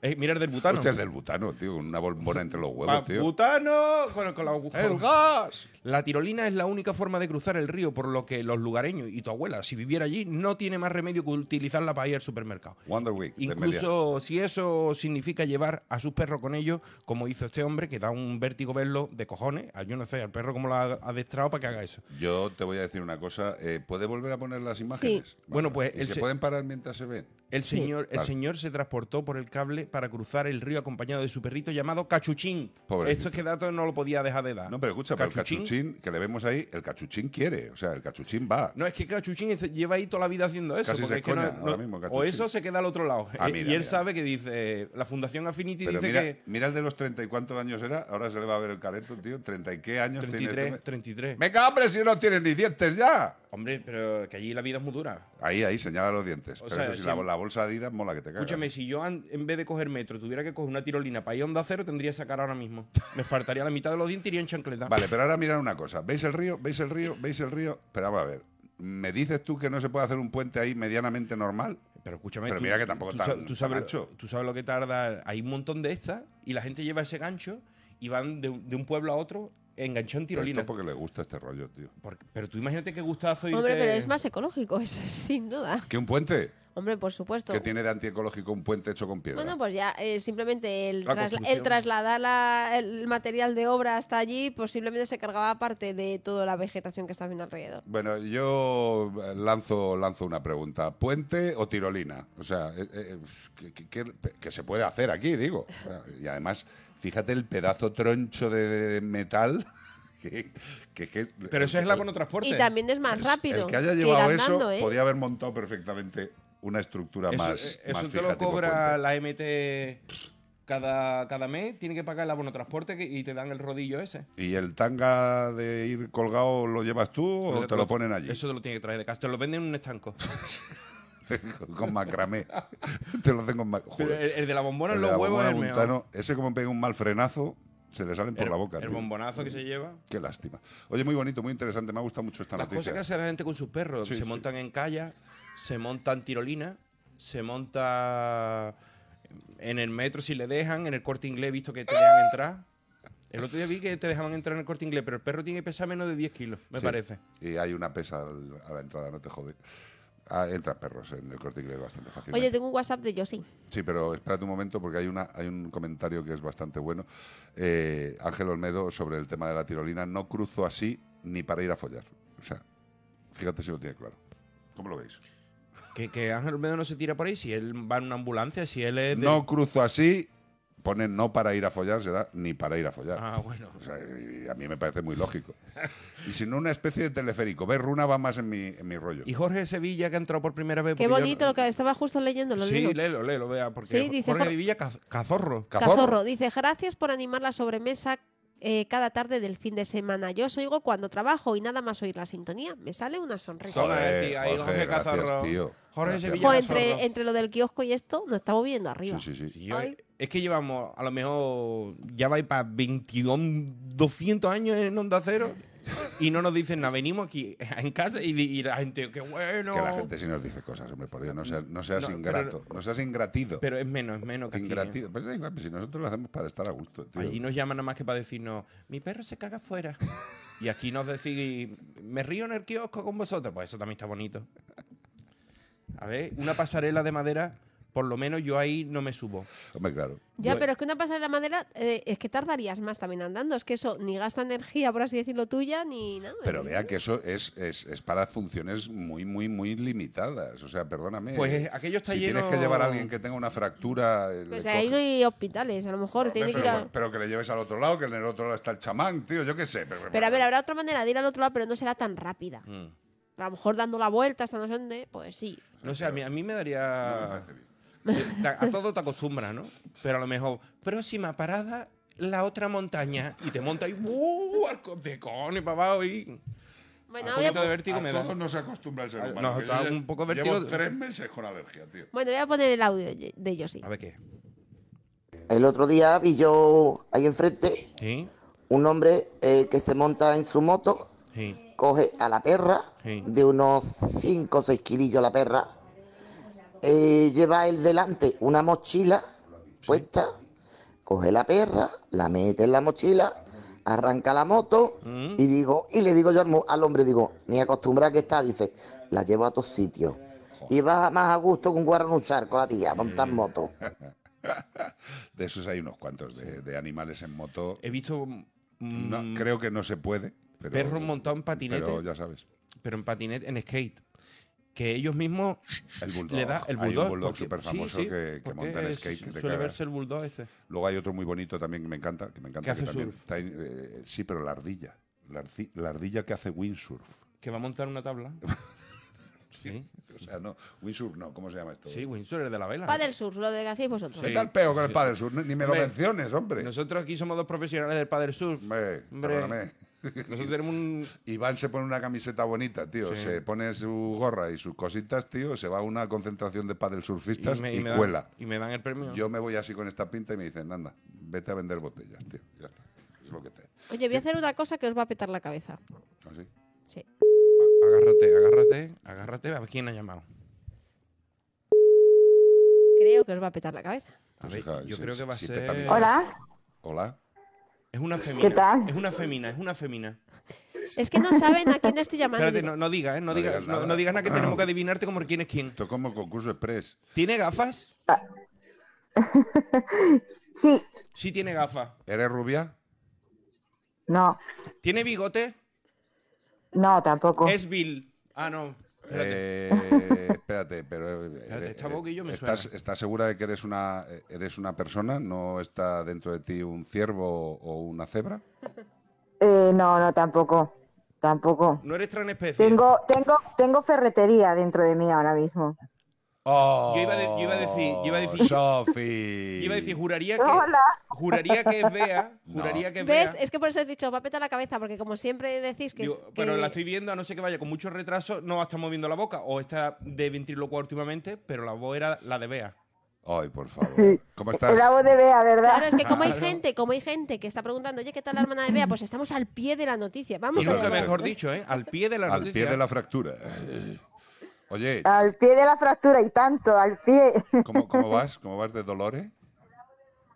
B: eh, mira el del butano.
A: Hostia, el del butano, tío, con una bombona entre los
B: Pa-
A: huevos, tío.
B: butano con, con la aguja.
A: ¡El gas!
B: La tirolina es la única forma de cruzar el río, por lo que los lugareños y tu abuela, si viviera allí, no tiene más remedio que utilizarla para ir al supermercado.
A: Wonder Week. de Melia.
B: Incluso si eso significa llevar a sus perros con ellos, como hizo este hombre, que da un vértigo verlo de cojones. Ah, Yo no sé, al perro como lo ha adestrado para que haga eso.
A: Yo te voy a decir una cosa. eh, ¿Puede volver a poner las imágenes?
B: Bueno, pues,
A: ¿y
B: el
A: ¿Se
B: se-
A: pueden parar mientras se ven?
B: El señor, el
A: Vale.
B: señor se transportó por el cable para cruzar el río acompañado de su perrito llamado Cachuchín.
A: Pobrecito.
B: Esto es que dato no lo podía dejar de dar.
A: No, pero escucha, pero el cachuchín que le vemos ahí, el cachuchín quiere. O sea, el cachuchín va.
B: No, es que Cachuchín este- lleva ahí toda la vida haciendo eso.
A: Casi
B: porque
A: se
B: es que no-
A: escoña
B: no-
A: ahora mismo,
B: o
A: Cachuchín.
B: eso se queda al otro lado.
A: Ah,
B: Eh,
A: mira,
B: y él
A: mira.
B: sabe que dice, la Fundación Affinity
A: pero
B: dice
A: mira,
B: que
A: mira el de los treinta y cuántos años era. Ahora se le va a ver el careto, tío. ¿Treinta y qué años tiene?
B: 33,
A: este?
B: 33.
A: Venga, hombre, si no tienes ni dientes ya.
B: Hombre, pero que allí la vida es muy dura.
A: Ahí, ahí, señala los dientes.
B: O
A: pero
B: sea,
A: eso sí,
B: si-
A: la, la bolsa de Adidas mola que te cagas.
B: Escúchame, si yo an- en vez de coger metro tuviera que coger una tirolina para ir a onda cero, tendría esa cara ahora mismo. Me faltaría la mitad de los dientes y iría en chancleta.
A: Vale, pero ahora mirad una cosa. ¿Veis el río? ¿Veis el río? ¿Veis el río? Pero vamos a ver. ¿Me dices tú que no se puede hacer un puente ahí medianamente normal?
B: Pero escúchame,
A: Pero
B: tú-
A: mira que tampoco
B: tú
A: tan-
B: sa- tú
A: tan
B: sabes,
A: ancho.
B: tú sabes lo que tarda. Hay un montón de estas y la gente lleva ese gancho y van de, un- de un pueblo a otro enganchado en
A: Pero
B: tirolina.
A: Esto porque le gusta este rollo, tío.
B: Porque- pero tú imagínate qué gustazo irte-
C: Hombre, pero es más ecológico, eso sin duda.
A: ¿Que un puente?
C: Hombre, por supuesto.
A: ¿Qué tiene de antiecológico un puente hecho con piedra?
C: Bueno, pues ya eh, simplemente el,
B: La
C: trasla-
B: construcción.
C: el trasladar la- el material de obra hasta allí posiblemente se cargaba parte de toda la vegetación que está viendo alrededor.
A: Bueno, yo eh, lanzo, lanzo una pregunta. ¿Puente o tirolina? O sea, eh, eh, ¿qué- qué- qué- qué se puede hacer aquí, digo? Y además, fíjate el pedazo troncho de metal que... que, que-
B: Pero eso es la transporte.
C: Y también es más rápido.
A: El que haya
C: ir
A: llevado
C: andando,
A: eso
C: ¿eh?
A: podía haber montado perfectamente una estructura
B: Eso,
A: más.
B: eh, eso
A: más
B: te
A: fija,
B: lo
A: tipo
B: cobra
A: puente.
B: la MT cada, cada mes. Tiene que pagar el abonotransporte que- y te dan el rodillo ese.
A: ¿Y el tanga de ir colgado lo llevas tú o te lo ponen allí?
B: Eso te lo tiene que traer de casa. Te lo venden en un estanco.
A: con macramé. te lo hacen con macramé.
B: Pero el, el de la bombona en
A: El de
B: los
A: la
B: huevos
A: bombona
B: es el mejor.
A: Montano, Ese como pega un mal frenazo, se le salen por
B: El-
A: la boca.
B: El
A: tío.
B: bombonazo que se lleva.
A: Qué lástima. Oye, muy bonito, muy interesante. Me ha gustado mucho esta
B: Las
A: noticia.
B: cosas que hace la gente con sus perros.
A: Sí,
B: se
A: sí.
B: montan en calla, se montan tirolina, se monta en el metro si le dejan, en el corte inglés he visto que te dejan entrar. El otro día vi que te dejaban entrar en el corte inglés, pero el perro tiene que pesar menos de 10 kilos, me
A: Sí.
B: parece.
A: Y hay una pesa al- a la entrada, no te jode. Ah, entran perros en el corte inglés bastante fácil.
C: Oye, tengo un WhatsApp de Josie.
A: Sí, pero espérate un momento porque hay, una, hay un comentario que es bastante bueno. Eh, Ángel Olmedo sobre el tema de la tirolina. No cruzo así ni para ir a follar. O sea, fíjate si lo tiene claro. ¿Cómo lo veis?
B: Que, que Ángel Olmedo no se tira por ahí, si él va en una ambulancia, si él es... Eh, de-
A: No cruzo así, pone no para ir a follar, será ni para ir a follar.
B: Ah, bueno.
A: O sea, y- y a mí me parece muy lógico. Y si no, una especie de teleférico. Ver runa va más en mi, en mi rollo.
B: Y Jorge Sevilla que ha entrado por primera vez... porque
C: Qué
B: yo-
C: bonito lo que estaba justo leyendo. Lo
B: Sí,
C: leo.
B: léelo, léelo, vea, porque
C: Sí, dice
B: Jorge
C: Jorge-
B: Sevilla caz- cazorro.
A: Cazorro.
C: Cazorro dice, gracias por animar la sobremesa eh, cada tarde del fin de semana. Yo os oigo cuando trabajo y nada más oír la sintonía, me sale una sonrisa.
A: Joder,
B: Joder, tío, ahí
A: Jorge,
B: Jorge
A: gracias,
B: Cazorro.
A: tío.
B: Jorge
A: Gracias.
B: Sevilla
C: Jo,
B: Cazorro.
C: entre, entre lo del kiosco y esto, nos estamos viendo arriba.
A: Sí, sí, sí.
B: Yo-
C: Ay.
B: es que llevamos, a lo mejor, ya vais para 21, 200 años en Onda Cero y no nos dicen nada. Venimos aquí en casa y, di- y la gente, qué bueno.
A: Que la gente sí nos dice cosas, hombre, por Dios, no seas, no seas
B: No, pero-
A: ingrato, no seas ingratido.
B: Pero es menos, es menos que aquí. ¿eh?
A: ingratido. Pero da igual, pues si nosotros lo hacemos para estar a gusto, tío.
B: Allí nos llaman nada más que para decirnos, mi perro se caga afuera. y aquí nos decís, me río en el kiosco con vosotros. Pues eso también está bonito. A ver, una pasarela de madera, por lo menos yo ahí no me subo.
A: Hombre, claro.
C: Ya,
B: Yo-
C: pero es que una pasada la madera eh, es que tardarías más también andando. Es que eso ni gasta energía, por así decirlo, tuya, ni nada.
A: Pero vea que eso es, es, es para funciones muy, muy, muy limitadas. O sea, perdóname. eh,
B: Pues aquello está
A: si
B: lleno-
A: tienes que llevar a alguien que tenga una fractura... eh,
C: Pues
A: le
C: ahí
A: coge-
C: no hay hospitales, a lo mejor.
A: Hombre,
C: tiene que
A: pero,
C: ir a-
A: bueno, pero que le lleves al otro lado, que en el otro lado está el chamán, tío, yo qué sé. Pero,
C: Pero a ver, habrá otra manera de ir al otro lado, pero no será tan rápida.
A: Mm.
C: A lo mejor dando la vuelta hasta no sé dónde, pues sí.
A: Ah,
B: No sé, a mí, a mí
A: No me
B: me daría...
A: parece bien.
B: Te- A todo te acostumbras, ¿no? Pero a lo mejor, próxima parada, la otra montaña. Y te monta y ¡uh! Al co- de coño, papá, y...
C: Bueno,
A: pues
B: un
C: voy a,
B: poquito de vértigo
A: a
B: me da.
A: todos no se acostumbra el ser
B: A-
A: humano.
B: nos
A: que
B: da
A: yo ya
B: un poco de
A: Llevo
B: vértigo.
A: tres meses con alergia, tío.
C: bueno, voy a poner el audio ye- de Yossi.
B: A ver qué.
F: El otro día vi yo ahí enfrente
B: Sí,
F: un hombre eh, que se monta en su moto,
B: sí.
F: coge a la perra,
B: Sí.
F: de unos 5 o 6 kilillos la perra, eh, lleva él delante una mochila puesta, coge la perra, la mete en la mochila, arranca la moto
B: Mm.
F: y digo, y le digo yo al, mo- al hombre, digo, ni acostumbrada que está, dice, la llevo a todos sitios. Y vas más a gusto con guarda en un charco a tía, montar moto.
A: De esos hay unos cuantos, de, de animales en moto.
B: He visto... mm,
A: No, creo que no se puede. Pero,
B: Perros montados en patinete.
A: Pero ya sabes.
B: pero en patinete, en skate. Que ellos mismos
A: El bulldog.
B: le da
A: Hay
B: el
A: un
B: bulldog.
A: bulldog
B: porque-
A: superfamoso que- que
B: porque
A: monta en
B: es-
A: skate que te
B: Suele
A: caga.
B: verse el bulldog este.
A: Luego hay otro muy bonito también que me encanta. Que me encanta
B: Que hace
A: también
B: surf.
A: está en- eh, sí, pero la ardilla. La, arci- la ardilla que hace windsurf.
B: Que va a montar una tabla. sí.
A: O sea, no, windsurf no, ¿cómo se llama esto?
B: Sí, Windsor es de la vela.
C: Va del sur, lo de que hacéis vosotros.
A: ¿Qué
B: Sí.
A: tal peo con el paddle surf? Ni me lo
B: Hombre,
A: menciones, hombre.
B: Nosotros aquí somos dos profesionales del Padre Surf.
A: Hombre, perdóname.
B: Nosotros tenemos un.
A: Iván se pone una camiseta bonita, tío.
B: Sí.
A: Se pone su gorra y sus cositas, tío. Se va a una concentración de paddle surfistas y,
B: dan-
A: cuela.
B: y me dan el premio.
A: Yo me voy así con esta pinta y me dicen, anda, vete a vender botellas, tío. Ya está. Es lo que te.
C: Oye, voy a hacer una cosa que os va a petar la cabeza.
A: Así.
C: Sí.
B: A- Agárrate, agárrate, agárrate. A ver quién ha llamado.
C: Creo que os va a petar la cabeza.
B: A
A: Pues,
B: ver,
A: hija,
B: yo
A: si-
B: creo que va a
A: si
B: ser.
A: peta bien.
G: Hola,
A: Hola.
B: Es una femina.
G: ¿Qué tal?
B: Es una femina, es una femina.
C: Es que no saben a quién estoy llamando.
B: Espérate,
C: Digo,
B: no, no digas, ¿eh? No,
A: No
B: digas,
A: digas
B: no,
A: nada.
B: no digas nada que tenemos que adivinarte como quién es quién.
A: Esto es como concurso express.
B: ¿Tiene gafas?
G: sí,
B: Sí, tiene gafas.
A: ¿Eres rubia?
G: no,
B: ¿Tiene bigote?
G: no, tampoco.
B: Es Bill. Ah, no. Espérate.
A: Eh, espérate, pero. eh,
B: Espérate,
A: eh,
B: esta boquilla me
A: ¿estás,
B: suena.
A: ¿Estás segura de que eres una, eh, eres una persona? ¿No está dentro de ti un ciervo o una cebra?
G: Eh, no, no, tampoco, tampoco.
B: No eres transespecie.
G: Tengo, tengo, tengo ferretería dentro de mí ahora mismo.
A: ¡Oh!
B: Yo iba a de- yo iba a decir- yo iba a decir-
A: ¡Sofi!
B: Iba a decir, juraría que.
G: Hola.
B: Juraría que es Bea.
A: No.
B: Juraría que es Bea.
C: ¿Ves? Es que por eso he dicho, os va a petar la cabeza, porque como siempre decís que.
B: Digo,
C: que-
B: pero la estoy viendo, a no ser que vaya con mucho retraso, no está moviendo la boca o está de ventriloquio últimamente, pero la voz era la de Bea.
A: ¡Ay, por favor!
G: Sí.
A: ¿Cómo
G: Es la
A: estás?
G: voz de Bea, ¿verdad?
C: Claro, es que como hay gente, como hay gente que está preguntando, oye, ¿qué tal la hermana de Bea? Pues estamos al pie de la noticia. Vamos
B: Y
C: a
B: nunca
C: llamar.
B: mejor dicho, ¿eh? Al pie de la
A: Al
B: noticia.
A: pie de la fractura. Oye,
G: Al pie de la fractura y tanto, al pie
A: ¿cómo, cómo vas? ¿Cómo vas de dolores?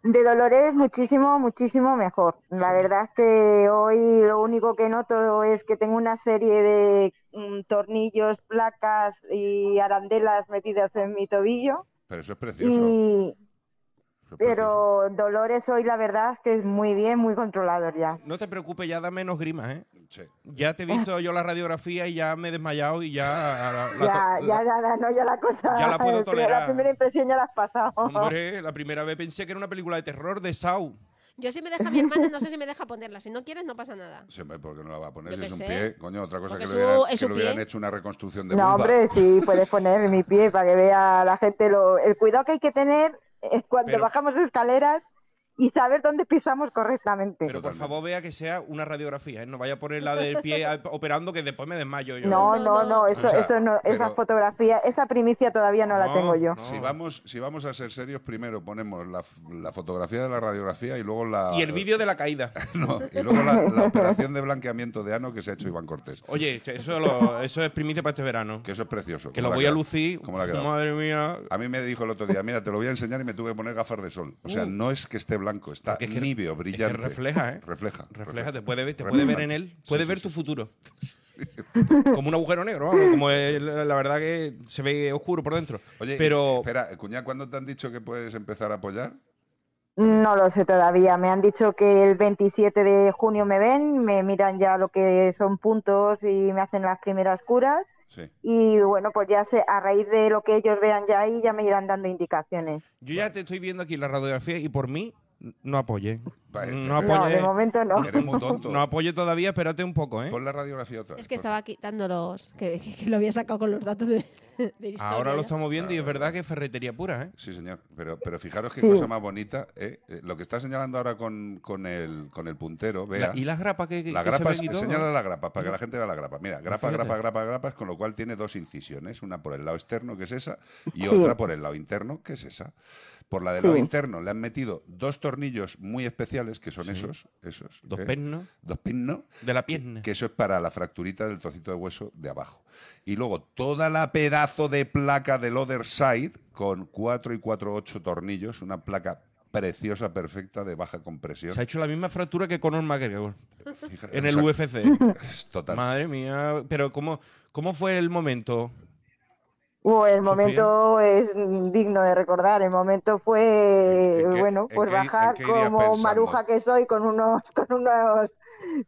G: de Dolores muchísimo, muchísimo mejor. La verdad es que hoy lo único que noto es que tengo una serie de mm, tornillos, placas y arandelas metidas en mi tobillo.
A: Pero eso es precioso.
G: Y,
A: eso es precioso.
G: pero Dolores hoy la verdad es que es muy bien, muy controlador ya.
B: No te preocupes, ya da menos grimas, ¿eh?
A: Sí.
B: Ya
G: Oh.
B: te he visto yo la radiografía y ya me he desmayado y ya. la- la-
G: Ya,
B: la-
G: ya, ya, no, ya la cosa.
B: Ya la puedo
G: el primer-
B: tolerar.
G: La primera impresión ya la has pasado.
B: Hombre, la primera vez pensé que era una película de terror de Saw.
C: Yo si me deja mi hermana, no sé si me deja ponerla. Si no quieres, no pasa nada.
A: Sí, hombre, porque no la va a poner
C: Yo
A: si
C: qué
A: es un
C: sé.
A: pie. Coño, otra cosa
C: Porque
A: que,
C: es
A: le hubieran,
C: un- es
A: que
C: un
A: le hubieran
C: pie.
A: hecho una reconstrucción de
G: No,
A: vulva.
G: hombre, sí, puedes poner mi pie para que vea la gente lo, el cuidado que hay que tener eh, cuando
B: Pero-
G: bajamos escaleras y saber dónde pisamos correctamente.
B: Pero por
A: Totalmente.
B: favor vea que sea una radiografía, ¿eh? no vaya a poner la del pie a- operando que después me desmayo yo.
G: no, no,
C: no,
G: no,
C: no.
G: eso,
A: O sea,
G: eso no, esa
A: pero-
G: fotografía, esa primicia todavía no, la
B: No,
G: tengo yo.
B: no.
A: Si, vamos, si vamos a ser serios, primero ponemos la, f- la fotografía de la radiografía y luego la.
B: Y el vídeo de la caída.
A: No, y luego la, la operación de blanqueamiento de ano que se ha hecho Iván Cortés.
B: Oye, eso, lo- eso es primicia para este verano.
A: Que eso es precioso.
B: Que
A: ¿Cómo
B: lo
A: le ha
B: voy a
A: quedado?
B: lucir.
A: ¿Cómo le ha quedado?
B: Madre mía.
A: A mí me dijo el otro día, mira, te lo voy a enseñar y me tuve que poner gafas de sol. O sea, no es que esté blanco, está
B: Uh. Porque es que-
A: níveo,
B: es que
A: brillante.
B: refleja, ¿eh?
A: Refleja.
B: Refleja, te puede ver, te puede ver en él, puede
A: Sí,
B: ver
A: sí,
B: tu
A: sí.
B: futuro. Como un agujero negro, vamos, como el- la verdad que se ve oscuro por dentro.
A: Oye,
B: pero
A: espera, cuñá, ¿cuándo te han dicho que puedes empezar a apoyar?
G: No lo sé todavía. Me han dicho que el 27 de junio me ven, me miran ya lo que son puntos y me hacen las primeras curas.
A: Sí.
G: Y bueno, pues ya sé, a raíz de lo que ellos vean ya ahí, ya me irán dando indicaciones.
B: yo ya te estoy viendo aquí en la radiografía y por mí no apoye.
A: Vale,
B: No
A: te-
G: No,
B: apoye.
G: de momento no.
A: Eres muy tonto.
B: No apoye todavía, espérate un poco, ¿eh?
A: Pon la radiografía otra vez.
C: Es que
A: por
C: estaba quitando los. Que, que- que lo había sacado con los datos de. de historia
B: Ahora lo
C: ya.
B: estamos viendo y es verdad que es ferretería pura, ¿eh?
A: Sí, señor. Pero, pero fijaros qué
G: Sí.
A: cosa más bonita. ¿eh? Eh, Lo que está señalando ahora con, con el, con el puntero, vea.
B: La- y las grapas que, que-
A: La
B: que
A: grapa,
B: se ven y todo.
A: señala la grapa, para que la gente vea la grapa. Mira, grapa,
B: Pues Fíjate.
A: grapa, grapa, grapas, con lo cual tiene dos incisiones, una por el lado externo, que es esa, y
G: Sí.
A: otra por el lado interno, que es esa. Por la del
G: Sí.
A: lado interno le han metido dos tornillos muy especiales, que son esos, esos.
B: Dos
A: ¿eh?
B: pernos
A: Dos pinnos,
B: de la pierna.
A: que eso es para la fracturita del trocito de hueso de abajo. Y luego toda la pedazo de placa del other side con 4 y 4, 8 tornillos, una placa preciosa, perfecta, de baja compresión.
B: Se ha hecho la misma fractura que Conor McGregor
A: Fija-
B: en el
A: o sea,
B: UFC.
A: es Total.
B: Madre mía, pero ¿cómo, cómo fue el momento?
G: Bueno, el momento es digno de recordar. El momento fue,
A: ¿En qué-
G: bueno,
A: en
G: pues
A: qué- en
G: bajar
A: qué irías
G: como
A: pensando?
G: maruja que soy con unos, con unos,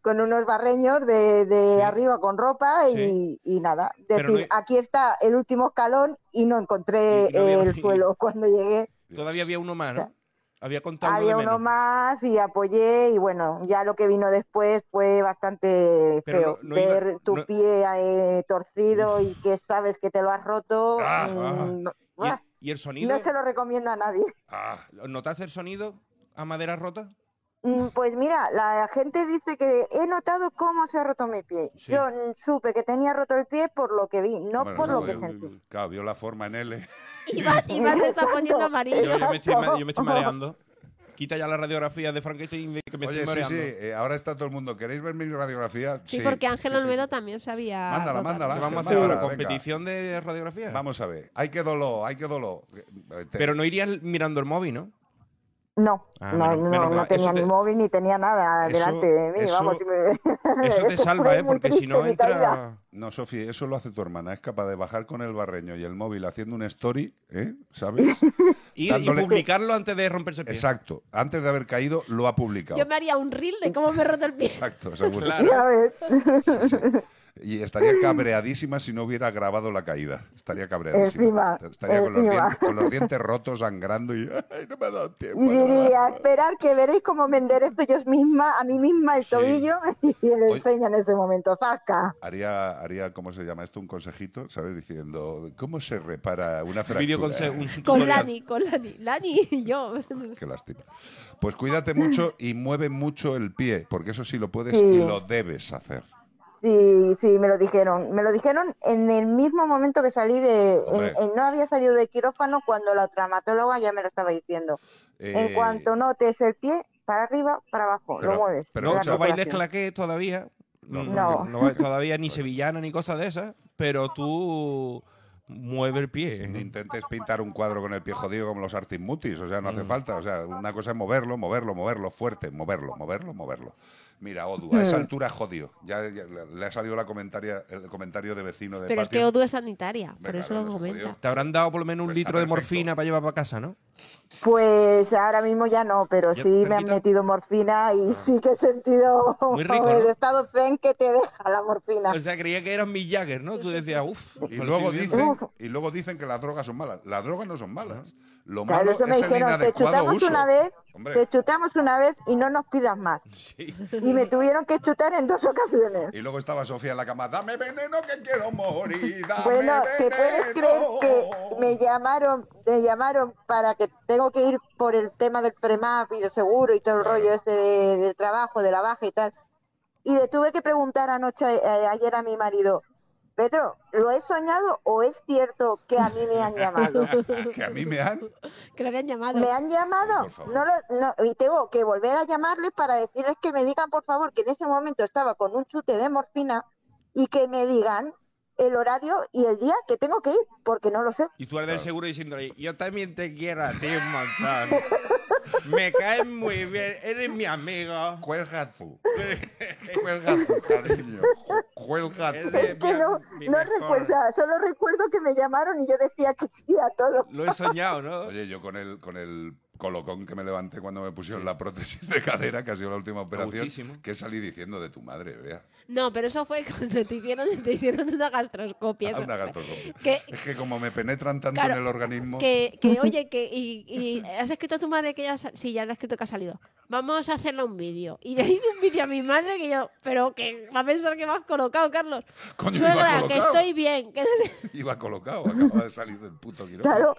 G: con unos barreños de, de
B: Sí.
G: arriba con ropa y,
B: Sí.
G: y nada.
B: Pero no
G: Decir,
B: hay-
G: aquí está el último escalón y no encontré
B: Y no había-
G: el suelo cuando llegué.
B: Todavía había uno más, ¿no? Había contado
G: Había
B: uno de
G: uno
B: menos.
G: más y apoyé y bueno, ya lo que vino después fue bastante
B: Pero
G: feo.
B: no- no iba-
G: Ver tu
B: no-
G: pie eh, torcido y que sabes que te lo has roto.
B: Ah,
G: mm,
B: ah.
G: no-
B: ¿Y el,
G: ¡buah!
B: y el sonido?
G: No se lo recomiendo a nadie.
A: Ah.
B: ¿Notaste el sonido a madera rota?
G: Mm, Pues mira, la gente dice que he notado cómo se ha roto mi pie.
B: Sí.
G: Yo mm, supe que tenía roto el pie por lo que vi, no
A: Hombre,
G: por
A: no,
G: lo que
A: vio-
G: sentí.
A: Claro, vio la forma en L.
C: Iván, Iván se está poniendo
B: Yo,
C: amarillo.
B: yo me, estoy, ma- yo me estoy
G: Exacto.
B: mareando. Quita ya la radiografía de Frankenstein de que me
A: Oye,
B: estoy
A: sí, sí,
B: mareando.
A: eh, ahora está todo el mundo. ¿Queréis ver mi radiografía?
C: Sí, porque Ángel
A: sí, sí.
C: Olmedo también sabía.
A: Mándala, mándala. Ángel,
B: ¿Qué vamos a hacer
A: mándala,
B: ahora?
A: Ah, venga.
B: ¿Competición de radiografía?
A: Vamos a ver. Hay que dolor, hay que dolor. Eh, te-
B: Pero no irías mirando el móvil, ¿no?
G: No,
B: Ah,
G: no,
B: menos-
G: no,
B: menos
G: no
B: mal.
G: tenía
B: Eso
G: ni
B: te-
G: móvil ni tenía nada
A: Eso-
G: delante de mí.
A: eso-
G: vamos, si me-
B: Eso te
G: Eso
B: salva,
G: fue
B: ¿eh?
G: muy
B: Porque si no
G: triste, mi caída.
B: entra...
A: No, Sofi, eso lo hace tu hermana. Es capaz de bajar con el barreño y el móvil haciendo un story, ¿eh? ¿Sabes?
B: Y, y
A: Dándole-
B: publicarlo antes de romperse el pie.
A: Exacto. Antes de haber caído, lo ha publicado.
C: Yo me haría un reel de cómo me he roto el pie.
A: Exacto, seguro.
B: Claro.
G: Ya ves.
A: Sí, sí. Y estaría cabreadísima si no hubiera grabado la caída. Estaría cabreadísima.
G: Encima,
A: estaría con los,
G: encima.
A: dientes, con los dientes rotos, sangrando y. ¡Ay, no me ha dado tiempo!
G: Y
A: no me ha dado
G: diría,
A: tiempo".
G: esperar que veréis cómo me enderezo yo misma, a mí misma el
B: Sí.
G: tobillo y le
A: Oye.
G: enseño en ese momento, zasca.
A: haría, haría, ¿cómo se llama esto? Un consejito, ¿sabes? Diciendo, ¿cómo se repara una fractura?
B: Vídeo conse- un
C: Con
B: tutorial.
C: Lani, con Lani. Lani y yo.
A: Qué lástima. Pues cuídate mucho y mueve mucho el pie, porque eso sí lo puedes
G: Sí.
A: y lo debes hacer.
G: Sí, sí, me lo dijeron. Me lo dijeron en el mismo momento que salí de... en-
A: Hombre.
G: en- no había salido de quirófano cuando la traumatóloga ya me lo estaba diciendo.
A: Eh,
G: En cuanto notes el pie, para arriba, para abajo,
A: pero-
G: lo mueves.
A: pero
B: no,
G: la
A: escucha-
B: no bailes
G: circulación.
B: claqué todavía.
A: No,
B: No,
G: no.
B: no. bailes todavía ni sevillana ni cosas de esas. Pero tú mueve el
A: No
B: pie.
A: intentes pintar un cuadro con el pie jodido como los artimutis, o sea, no hace falta. O sea, una cosa es moverlo, moverlo, moverlo, fuerte, moverlo, moverlo, moverlo. Mira, Odu, a esa altura jodido. Ya, ya le le ha salido la comentaria, el comentario de vecino de
C: Pero es que
A: patio.
C: Odu es sanitaria, por
A: Venga,
C: eso
A: no
C: lo
A: se
C: comenta.
A: jodió.
B: Te habrán dado por lo menos un
A: Pues está
B: litro de
A: perfecto.
B: morfina para llevar para casa, ¿no?
G: Pues ahora mismo ya no, pero
B: Ya,
G: sí me han
B: Permita.
G: metido morfina y sí que he sentido
B: Muy rico,
G: el
B: ¿no?
G: estado zen que te deja la morfina.
B: O sea, creía que eras Mick Jagger, ¿no? Tú decías, uff.
A: Y luego, dicen,
G: Uf.
A: y luego dicen que las drogas son malas. Las drogas no son malas. Lo
G: Claro,
A: malo
G: eso me
A: es el
G: dijeron, te
A: inadecuado
G: chutamos
A: uso.
G: una vez,
A: Hombre,
G: te chutamos una vez y no nos pidas más. Y me tuvieron que chutar en dos ocasiones.
A: Y luego estaba Sofía en la cama, dame veneno que quiero morir. dame
G: Bueno, ¿te
A: veneno".
G: puedes creer que me llamaron, me llamaron para que porque tengo que ir por el tema del premap y el seguro y todo el rollo este de- del trabajo, de la baja y tal. Y le tuve que preguntar anoche, eh, ayer a mi marido, Pedro, ¿lo he soñado o es cierto que a mí me han llamado?
A: que a mí me han...
C: Que lo habían llamado.
G: Me han llamado,
A: Por favor.
G: no lo- no, y tengo que volver a llamarles para decirles que me digan, por favor, que en ese momento estaba con un chute de morfina y que me digan el horario y el día que tengo que ir, porque no lo sé.
B: Y tú eres
A: Ah.
B: del seguro diciéndole, yo también te quiero a ti un montón. Me caes muy bien, eres mi amigo.
A: Cuelga tú. Cuelga tú, cariño. Ju- Cuelga tú.
B: Eres
G: Que
B: mi-
G: no,
B: mi
G: no
B: mejor.
G: recuerdo, o sea, solo recuerdo que me llamaron y yo decía que sí a todo.
B: Lo he soñado, ¿no?
A: Oye, yo con el, con el colocón que me levanté cuando me pusieron la prótesis de cadera, que ha sido la última operación,
B: Agustísimo.
A: que salí diciendo de tu madre, vea.
C: No, pero eso fue cuando te hicieron, te hicieron una gastroscopia.
A: Ah,
C: eso
A: una
C: fue.
A: gastroscopia.
C: Que-
A: Es que como me penetran tanto
C: Claro,
A: en el organismo,
C: Que, que, oye, que y, y has escrito a tu madre que ya sa- sí, ya lo has escrito que ha salido. Vamos a hacerle un vídeo. Y le hice un vídeo a mi madre que yo, pero que va a pensar que me has colocado, Carlos.
A: Coño, iba
C: Suegra,
A: colocado.
C: que estoy bien. Que no sé.
A: iba colocado, acababa de salir del puto quirófano.
G: Claro.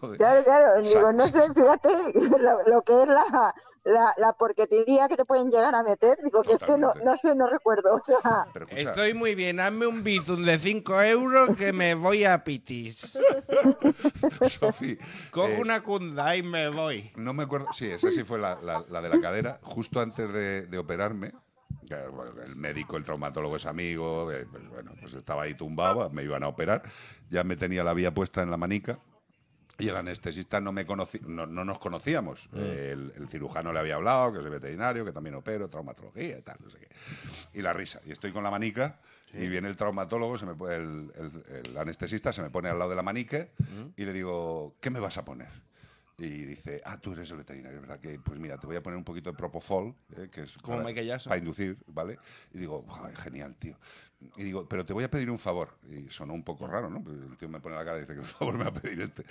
A: Joder.
G: Claro, claro, digo,
A: Exacto.
G: no sé, fíjate lo, lo que es la, la, la porquetería que te pueden llegar a meter, digo que es que no,
A: Totalmente.
G: no sé, no recuerdo, o sea,
A: Pero escucha,
B: Estoy muy bien, hazme un bizum de 5 euros que me voy a
A: Eh.
B: Pitis.
A: Sofi,
B: Cojo
A: eh,
B: una cunda y me voy.
A: No me acuerdo. Sí, esa sí fue la, la- la de la cadera. Justo antes de, de operarme, que, bueno, el médico, el traumatólogo es amigo, eh, pues, bueno, pues estaba ahí tumbado, me iban a operar. Ya me tenía la vía puesta en la manica. Y el anestesista no me conocí- no, no nos conocíamos. Eh, El, el cirujano le había hablado, que soy veterinario, que también opero, traumatología y tal, no sé qué. Y la risa. Y estoy con la manica y viene el traumatólogo, se me pone- el, el- el anestesista se me pone al lado de la manique y le digo, ¿qué me vas a poner? Y dice, ah, tú eres el veterinario, ¿verdad? Que, pues mira, te voy a poner un poquito de Propofol, eh, que es
B: Como Michael Jackson.
A: para inducir, ¿vale? Y digo, "Joder, genial, tío. Y digo, pero te voy a pedir un favor. Y sonó un poco raro, ¿no? El tío me pone la cara y dice que el favor me va a pedir este.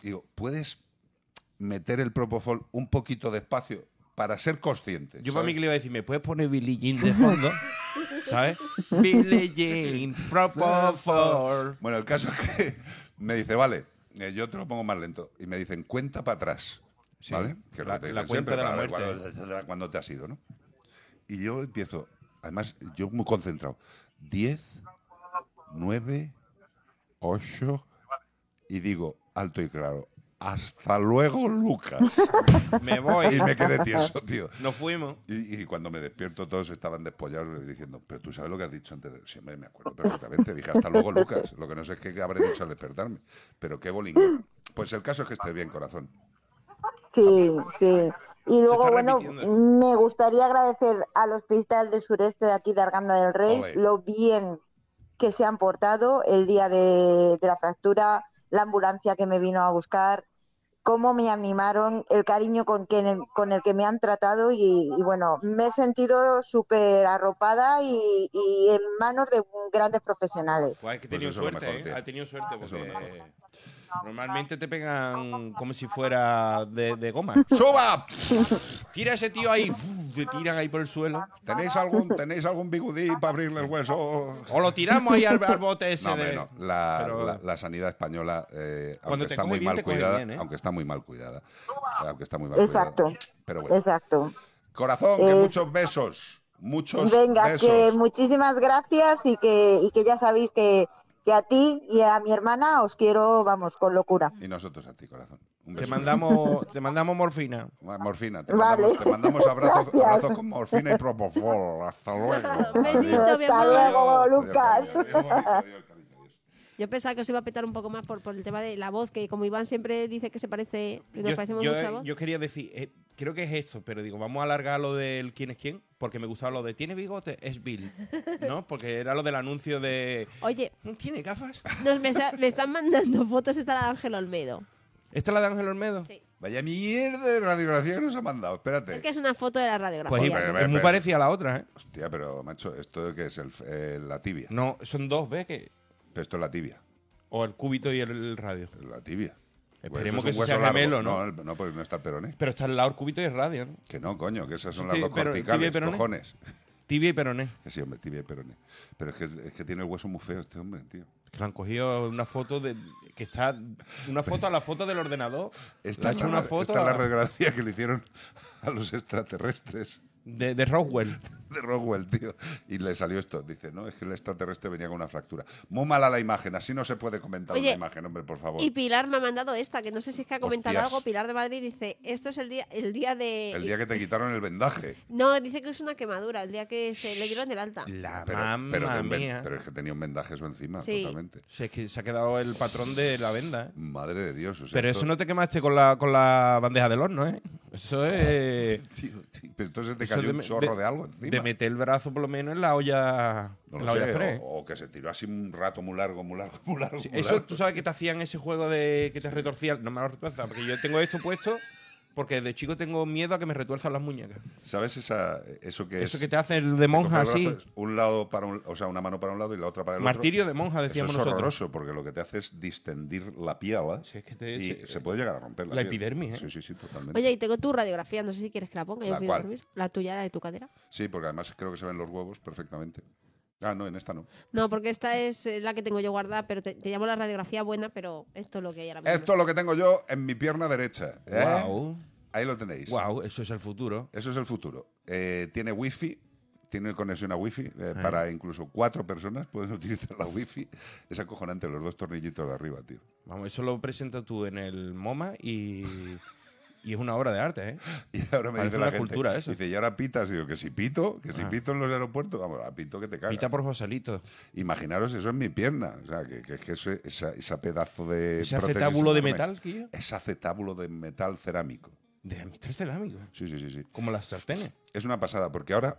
A: Y digo, ¿puedes meter el Propofol un poquito despacio para ser consciente?
B: Yo para
A: ¿sabes?
B: mí que le iba a decir, ¿me puedes poner Billie Jean de fondo? ¿Sabes? Billie Jean, Propofol.
A: Bueno, el caso es que me dice, vale, eh, yo te lo pongo más lento. Y me dicen, cuenta para atrás.
B: Sí,
A: ¿Vale? Que es lo
B: la-
A: que te
B: la
A: dicen
B: cuenta
A: siempre,
B: de la
A: para ver
B: muerte.
A: cuándo- cuándo te has ido, ¿no? Y yo empiezo, además, yo muy concentrado. 10, 9, 8, y digo, alto y claro, hasta luego, Lucas.
B: Me voy.
A: y me quedé tieso, tío.
B: Nos fuimos.
A: Y, y cuando me despierto todos estaban despollados diciendo, pero tú sabes lo que has dicho antes de... Sí, hombre, me acuerdo perfectamente. Dije, hasta luego, Lucas. Lo que no sé es qué habré dicho al despertarme. Pero qué bolingüe. Pues el caso es que esté bien, corazón.
G: sí, sí. Y luego,
B: está
G: bueno,
B: repitiendo esto.
G: me gustaría agradecer al Hospital de Sureste de aquí de Arganda del Rey
A: Ole.
G: lo bien que se han portado el día de, de la fractura, la ambulancia que me vino a buscar, cómo me animaron, el cariño con, que, con el que me han tratado y, y bueno, me he sentido súper arropada y, y en manos de grandes profesionales.
B: Guau, es que he
A: Pues
B: tenido
A: eso es lo
B: suerte,
A: mejor,
B: ¿eh?
A: tío.
B: Ha tenido suerte
A: Eso es lo
B: porque normalmente te pegan como si fuera de, de goma.
A: ¡Suba!
B: Tira a ese tío ahí, ¡fuf! te tiran ahí por el suelo.
A: ¿Tenéis algún, ¿tenéis algún bigudí para abrirle el hueso?
B: O lo tiramos ahí al, al bote Ah, ese
A: No,
B: de...
A: hombre, no. La,
B: Pero-
A: la- la sanidad española, eh,
B: Cuando
A: aunque
B: te
A: está
B: coge
A: muy
B: bien,
A: mal
B: te coge
A: cuidada,
B: bien, ¿eh?
A: aunque está muy mal cuidada. Aunque está muy mal
G: Exacto.
A: cuidada. Pero bueno.
G: Exacto.
A: Corazón, que
G: Es-
A: muchos besos. Muchos
G: Venga,
A: besos.
G: que muchísimas gracias y que, y que ya sabéis que, que a ti y a mi hermana os quiero, vamos, con locura.
A: Y nosotros a ti, corazón. Un
B: Te
A: beso.
B: mandamos, te mandamos morfina.
A: Ma- Morfina, te
G: Ah. Vale.
A: mandamos, te mandamos abrazos,
G: Gracias.
A: abrazos con morfina y propofol. Hasta luego.
C: Besito, mi
G: Hasta
C: amor.
G: luego,
A: Adiós,
G: Lucas.
A: cariño, adiós, bonito, adiós, cariño, adiós.
C: Yo pensaba que os iba a petar un poco más por, por el tema de la voz, que como Iván siempre dice que se parece, que nos parecemos mucho a voz.
B: yo quería decir, eh, creo que es esto, pero digo, vamos a alargar lo del quién es quién, porque me gustaba lo de tiene bigote, es Bill, ¿no? Porque era lo del anuncio de "Mm,
C: Oye,
B: ¿Tiene gafas?
C: nos me, sa- me están mandando fotos esta la de Ángel Olmedo.
B: ¿Esta es la de Ángel Olmedo?
C: Sí.
A: Vaya mierda de radiografía que nos ha mandado. Espérate.
C: Es que es una foto de la radiografía.
B: Pues sí,
A: Oye, pero-
B: es muy
A: pero-
B: parecida a la otra, ¿eh?
A: Hostia, pero macho, esto que es el, f- eh, la tibia.
B: No, son dos, ¿ves? Que,
A: Pero esto es la tibia.
B: o el cúbito y el, el radio.
A: La tibia. Bueno,
B: Esperemos
A: Pues eso es
B: que
A: un
B: sea
A: hueso largo.
B: gemelo, ¿no?
A: No, no, pues no está el peroné.
B: Pero está al lado el cúbito y el radio, ¿no?
A: Que no, coño, que esas son
B: Sí,
A: las
B: tibia-
A: dos
B: pero- tibia y
A: corticales,
B: peroné.
A: cojones.
B: Tibia y peroné.
A: Que sí, hombre, tibia y peroné. Pero es que, es que tiene el hueso muy feo este hombre, tío.
B: Que le han cogido una foto de. que está. Una foto a la foto del ordenador. Le
A: Esta
B: ha
A: es
B: hecho
A: la-
B: una foto
A: esta es
B: a-
A: la desgracia que le hicieron a los extraterrestres
B: de, de Roswell.
A: de Roswell, tío. Y le salió esto. Dice, no, es que el extraterrestre venía con una fractura. Muy mala la imagen. Así no se puede comentar
C: Oye,
A: una imagen, hombre, por favor.
C: Y Pilar me ha mandado esta, que no sé si es que ha comentado
A: Hostias.
C: algo. Pilar de Madrid dice, esto es el día, el día de...
A: El día que te quitaron el vendaje.
C: No, dice que es una quemadura, el día que se le dieron el alta.
B: La
A: Pero,
B: mamma
A: pero de un ven-
B: mía.
A: pero es que tenía un vendaje eso encima,
C: Sí.
A: totalmente.
B: Si es que se ha quedado el patrón de la venda, ¿eh?
A: Madre de Dios. o sea,
B: Pero
A: Pues esto-
B: eso no te quemaste con la, con la bandeja del horno, ¿eh? Eso es.
A: Tío, tío, pero entonces te
B: eso
A: cayó
B: de
A: un
B: me-
A: chorro de, algo encima.
B: De meter el brazo por lo menos en la olla.
A: No
B: en
A: lo
B: la olla
A: sé,
B: express.
A: o, o que se tiró así un rato muy largo, muy largo, muy largo.
B: Sí,
A: muy
B: eso
A: largo.
B: tú sabes que te hacían ese juego de que te retorcían. No me lo retuerzas, porque yo tengo esto puesto porque de chico tengo miedo a que me retuerzan las muñecas.
A: ¿Sabes esa, eso que
B: Eso
A: es?
B: que te hace el de monja
A: Coger los
B: así.
A: brazos, Un lado para un, o sea, una mano para un lado y la otra para el
B: Martirio de
A: otro.
B: monja, decíamos
A: Eso es
B: nosotros.
A: horroroso porque lo que te hace es distendir la piel ¿eh?
B: Si es que te-
A: y
B: te-
A: se puede llegar a romper la,
B: la
A: piel.
B: epidermis, ¿eh?
A: Sí, sí, sí, totalmente.
C: Oye, y tengo tu radiografía, no sé si quieres que la ponga, yo
A: ¿La
C: fui a
A: cuál?
C: dormir. La tuya, la de tu cadera.
A: Sí, porque además creo que se ven los huevos perfectamente. Ah, no, en esta no.
C: No, porque esta es eh, la que tengo yo guardada, pero te, te llamo la radiografía buena, pero esto es lo que hay ahora mismo.
A: Esto es lo que tengo yo en mi pierna derecha. ¿eh?
B: Guau.
A: Ahí lo tenéis.
B: Guau, eso es el futuro.
A: Eso es el futuro. Eh, tiene wifi, tiene conexión a wifi eh, para incluso cuatro personas pueden utilizar la wifi. Es acojonante los dos tornillitos de arriba, tío.
B: Vamos, eso lo presenta tú en el MoMA y, y es una obra de arte, ¿eh?
A: Y ahora me
B: Parece
A: dice la
B: una
A: gente,
B: cultura eso.
A: dice, y ahora pitas, digo, que si pito, que si
B: Ah.
A: pito en los aeropuertos, vamos, a pito que te cagas.
B: Pita por Joselito.
A: Imaginaros eso en mi pierna, o sea, que, que es que ese, esa, esa pedazo de
B: Ese
A: prótesis
B: acetábulo de
A: enorme.
B: metal, que yo.
A: Ese acetábulo de metal cerámico.
B: De mitad cerámico.
A: Sí, sí, sí, sí.
B: Como las sartenes.
A: Es una pasada, porque ahora,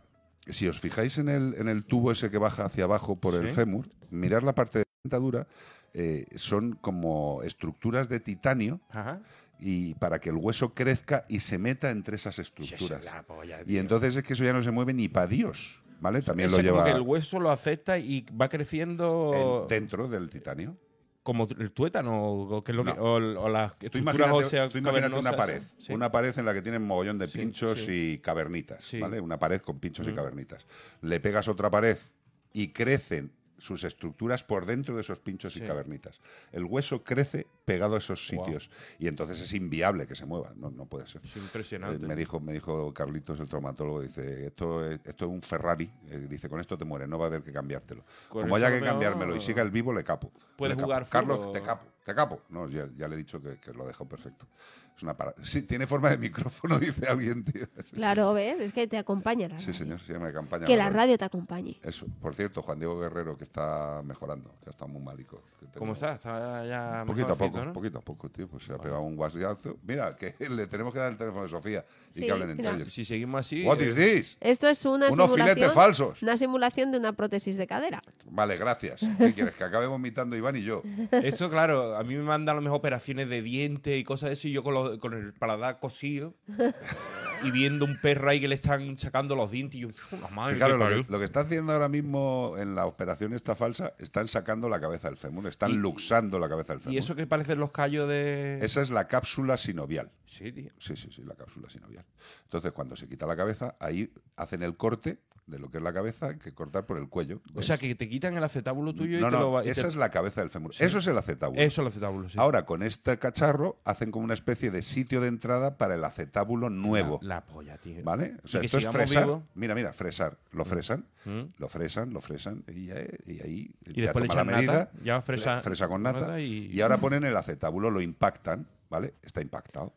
A: si os fijáis en el, en el tubo ese que baja hacia abajo por el
B: Sí.
A: fémur, mirar la parte de la dentadura, eh, son como estructuras de titanio
B: Ajá.
A: y para que el hueso crezca y se meta entre esas
B: Sí,
A: estructuras.
B: eso es la polla,
A: Y
B: tío.
A: entonces es que eso ya no se mueve ni para Dios, ¿vale? También
B: Eso
A: lo
B: como
A: lleva
B: que el hueso lo acepta y va creciendo
A: en- dentro del titanio.
B: como tu- el tuétano o, que es lo que-
A: No.
B: o, o las
A: Tú
B: estructuras
A: imagínate,
B: óseas
A: tú imagínate
B: cavernosas,
A: una pared,
B: eso. Sí.
A: una pared en la que tienen mogollón de pinchos y cavernitas,
B: Sí.
A: ¿vale? Una pared con pinchos y cavernitas. Le pegas otra pared y crecen sus estructuras por dentro de esos pinchos y
B: Sí.
A: cavernitas. El hueso crece pegado a esos
B: Guau.
A: sitios y entonces es inviable que se mueva, no, no puede ser.
B: Es
A: Eh,
B: impresionante.
A: Me dijo, me dijo Carlitos, el traumatólogo, dice, esto es, esto es un Ferrari, Eh, dice, con esto te mueres, no va a haber que cambiártelo.
B: Con
A: Como
B: eso
A: haya
B: lo
A: que
B: mejor-
A: cambiármelo y siga el vivo, le capo.
B: Puedes
A: Le capo.
B: jugar
A: Carlos,
B: fútbol.
A: te capo, te capo. No, ya, ya le he dicho que, que lo ha dejado perfecto. Es una para- Sí, tiene forma de micrófono, dice alguien, tío.
C: Claro, ¿ves? Es que te acompaña la
A: Sí,
C: radio.
A: señor, se llama campaña.
C: Que la
A: Manuel.
C: radio te acompañe.
A: Eso. Por cierto, Juan Diego Guerrero, que está mejorando, que está muy malico. que
B: ¿Cómo
A: tenemos-
B: está? Está ya
A: Poquito a
B: mejorcito,
A: poco,
B: ¿no?
A: poquito a poco, tío. Pues se ha pegado un guasazo. Mira, que le tenemos que dar el teléfono de Sofía y
C: Sí,
A: que hablen entre
C: mira.
A: ellos.
B: Si seguimos así.
A: What
B: eh,
A: is this?
C: Esto es una
A: Unos
C: simulación.
A: filetes falsos.
C: Una simulación de una prótesis de cadera.
A: Vale, gracias. ¿Qué quieres? Que acabe vomitando Iván y yo.
B: Eso, claro, a mí me mandan a lo mejor operaciones de dientes y cosas de eso, y yo con, los- con el paladar cosido y viendo un perro ahí que le están sacando los dientes, y yo, "Una madre
A: Claro,
B: que
A: lo
B: parió".
A: que, lo que está haciendo ahora mismo en la operación esta falsa, están sacando la cabeza del fémur, están
B: Y-
A: luxando la cabeza del fémur.
B: Y eso que parecen los callos de.
A: Esa es la cápsula sinovial.
B: Sí, tío.
A: Sí, sí, sí, la cápsula sinovial. Entonces, cuando se quita la cabeza, ahí hacen el corte de lo que es la cabeza, hay que cortar por el cuello.
B: O sea, que te quitan el acetábulo tuyo
A: No,
B: y te
A: no,
B: lo va- y te-
A: esa es la cabeza del fémur. Eso es el acetábulo.
B: Eso el acetábulo, sí.
A: Ahora, con este cacharro, hacen como una especie de sitio de entrada para el acetábulo nuevo.
B: La, la polla, tío.
A: ¿Vale? O
B: Y
A: sea,
B: que
A: esto es
B: sigamos
A: fresar.
B: vivos.
A: Mira, mira, fresar. Lo fresan,
B: ¿Mm?
A: lo fresan, lo fresan, y, ya- y ahí
B: Y después le
A: toma
B: echan nata. Ya fresa,
A: fresa con nata.
B: y,
A: y... ahora ponen el acetábulo, lo impactan, ¿vale? Está impactado.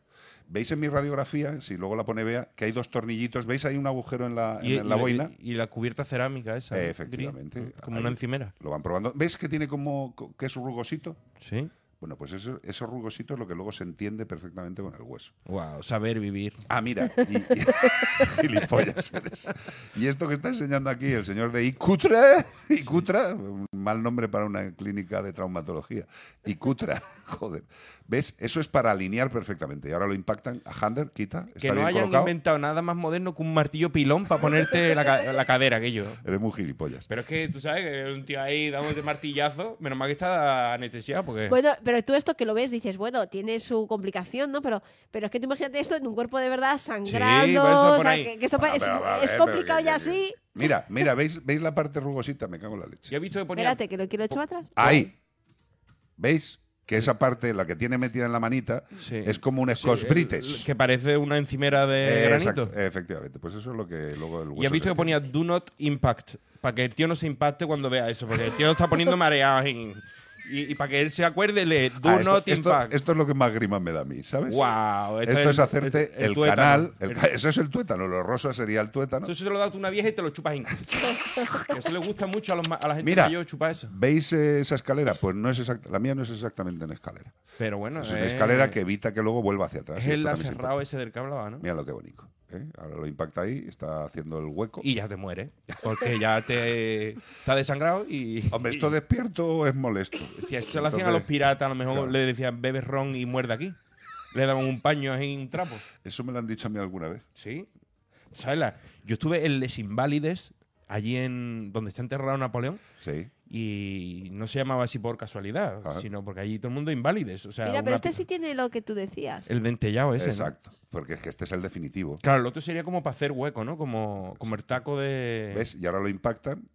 A: ¿Veis en mi radiografía, si luego la pone Bea, que hay dos tornillitos? ¿Veis ahí un agujero en la, en
B: y-
A: la
B: y-
A: boina?
B: Y, la cubierta cerámica esa.
A: Eh,
B: gris,
A: efectivamente.
B: ¿no? como
A: Ahí.
B: una encimera.
A: Lo van probando. ¿Veis que tiene como co- que es rugosito?
B: Sí.
A: Bueno, pues eso, esos rugositos es lo que luego se entiende perfectamente con el hueso.
B: Wow, saber vivir.
A: Ah, mira. Y, y- gilipollas eres. Y esto que está enseñando aquí el señor de Icutra, Icutra, un mal nombre para una clínica de traumatología. Icutra, joder. ¿Ves? Eso es para alinear perfectamente. Y ahora lo impactan a Hander, quita, está
B: Que no
A: bien
B: hayan
A: colocado.
B: inventado nada más moderno que un martillo pilón para ponerte la, ca- la cadera, aquello.
A: Eres muy gilipollas.
B: Pero es que tú sabes que un tío ahí dándote martillazo, menos mal que está anestesiado porque.
C: Bueno, pero tú esto que lo ves dices, bueno, tiene su complicación, ¿no? Pero, pero es que tú imagínate esto en un cuerpo de verdad sangrando,
B: por eso
C: o
B: por
C: sea,
B: ahí.
C: que, que esto
A: Bueno,
C: pa- es,
A: pero, a ver,
C: es
A: pero
C: complicado
A: que-
C: ya
A: que-
C: así.
A: Mira, mira, ¿veis, ¿veis la parte rugosita? Me cago en la leche.
B: Yo he visto que ponía.
C: Espérate, que lo quiero echar atrás.
A: Ahí, ¿Veis? Que esa parte, la que tiene metida en la manita,
B: Sí.
A: es como un Scotch
B: Sí, el-
A: British.
B: Que parece una encimera de
A: Eh,
B: granito.
A: exacto, efectivamente. Pues eso es lo que luego el hueso
B: Y has visto
A: se
B: que ponía do not impact, para que el tío no se impacte cuando vea eso, porque el tío está poniendo mareas y, y- y para que él se acuerde, le do
A: Ah, esto,
B: not
A: esto-
B: impact.
A: esto es lo que más grima me da a mí, ¿sabes?
B: Guau, esto
A: Esto,
B: es
A: es hacerte
B: el-
A: el,
B: el tuétano.
A: canal. el
B: El-
A: ca- eso es el tuétano. Lo rosa sería el tuétano.
B: Entonces se lo das a una vieja y te lo chupas ahí. Que eso le gusta mucho a, los ma- a la gente
A: Mira.
B: mayor chupar eso.
A: ¿Veis eh, esa escalera? Pues no es exacta, la mía no es exactamente una escalera.
B: Pero bueno,
A: es una
B: eh,
A: escalera que evita que luego vuelva hacia atrás.
B: es
A: y
B: el
A: esto también es
B: acerrado
A: importante.
B: ese del que hablaba, ¿no?
A: Mira lo que bonito. ¿eh? Ahora lo impacta ahí, está haciendo el hueco.
B: Y ya te muere, porque ya te está desangrado y...
A: Hombre, esto despierto es molesto.
B: Si esto lo hacían a
A: Entonces,
B: los piratas, a lo mejor
A: claro.
B: le decían bebe ron y muerde aquí. Le daban un paño ahí, un trapo.
A: Eso me lo han dicho a mí alguna vez.
B: Sí. ¿Sabes? la- Yo estuve en Les Inválides, allí en donde está enterrado Napoleón,
A: Sí.
B: y no se llamaba así por casualidad,
A: Ajá.
B: sino porque allí todo el mundo inválides. O sea,
C: Mira, pero
B: una
C: este
B: pica-
C: sí tiene lo que tú decías.
B: El dentellado ese. ¿no?
A: Exacto. Porque es que este es el definitivo.
B: Claro, el otro sería como para hacer hueco, ¿no? Como, como el taco de.
A: ¿Ves? Y ahora lo impactan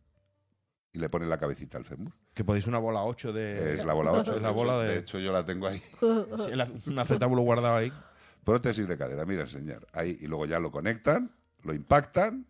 A: y le ponen la cabecita al fémur.
B: Que podéis una bola 8 de.
A: es la bola 8.
B: Es la bola de.
A: de hecho, yo la tengo ahí.
B: sí, el ac- un acetábulo guardado ahí.
A: Prótesis de cadera, mira, señor. Ahí, y luego ya lo conectan, lo impactan.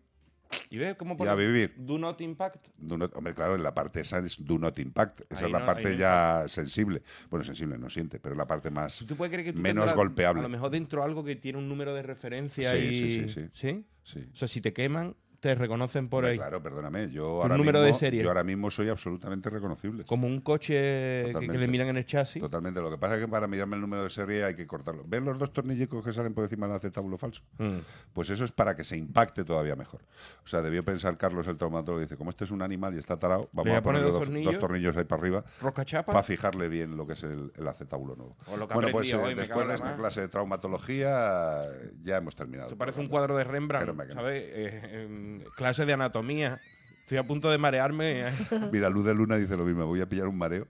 B: ¿Y ves cómo
A: Y a vivir.
B: Do not impact.
A: do not- hombre, claro, en la parte esa es do not impact. Esa
B: Ahí
A: es la
B: no- ahí
A: parte
B: no
A: ya sensible. Bueno, sensible no siente, pero es la parte más.
B: ¿Tú puedes creer que tú
A: Menos
B: tendrás,
A: golpeable.
B: A lo mejor dentro algo que tiene un número de referencia
A: Sí,
B: y.
A: sí, sí, sí.
B: ¿Sí?
A: Sí.
B: O sea, si te queman, te reconocen por
A: Hombre,
B: ahí.
A: Claro, perdóname. Yo ahora,
B: número de
A: mismo,
B: serie.
A: yo ahora mismo soy absolutamente reconocible.
B: Como un coche que- que, le
A: Totalmente.
B: miran en el chasis.
A: Totalmente. Lo que pasa es que para mirarme el número de serie hay que cortarlo. ¿Ven los dos tornillicos que salen por encima del acetábulo falso?
B: Mm.
A: Pues eso es para que se impacte todavía mejor. O sea, debió pensar Carlos el traumatólogo. Dice, como este es un animal y está tarado, vamos
B: voy
A: a
B: a
A: poner
B: poner
A: dos,
B: dos tornillos.
A: dos tornillos ahí para arriba.
B: Roscachapa.
A: para fijarle bien lo que es el, el acetábulo nuevo.
B: O lo que
A: bueno,
B: aprendí
A: pues eh,
B: hoy, me
A: después
B: cago en
A: de
B: la
A: esta
B: mar.
A: clase de traumatología eh, ya hemos terminado.
B: Esto
A: el
B: parece un
A: programa.
B: cuadro de
A: Que no me
B: Rembrandt,
A: quema.
B: ¿sabes? Eh, em, clase de anatomía. Estoy a punto de marearme. eh.
A: Mira, Luz de Luna dice lo mismo, voy a pillar un mareo.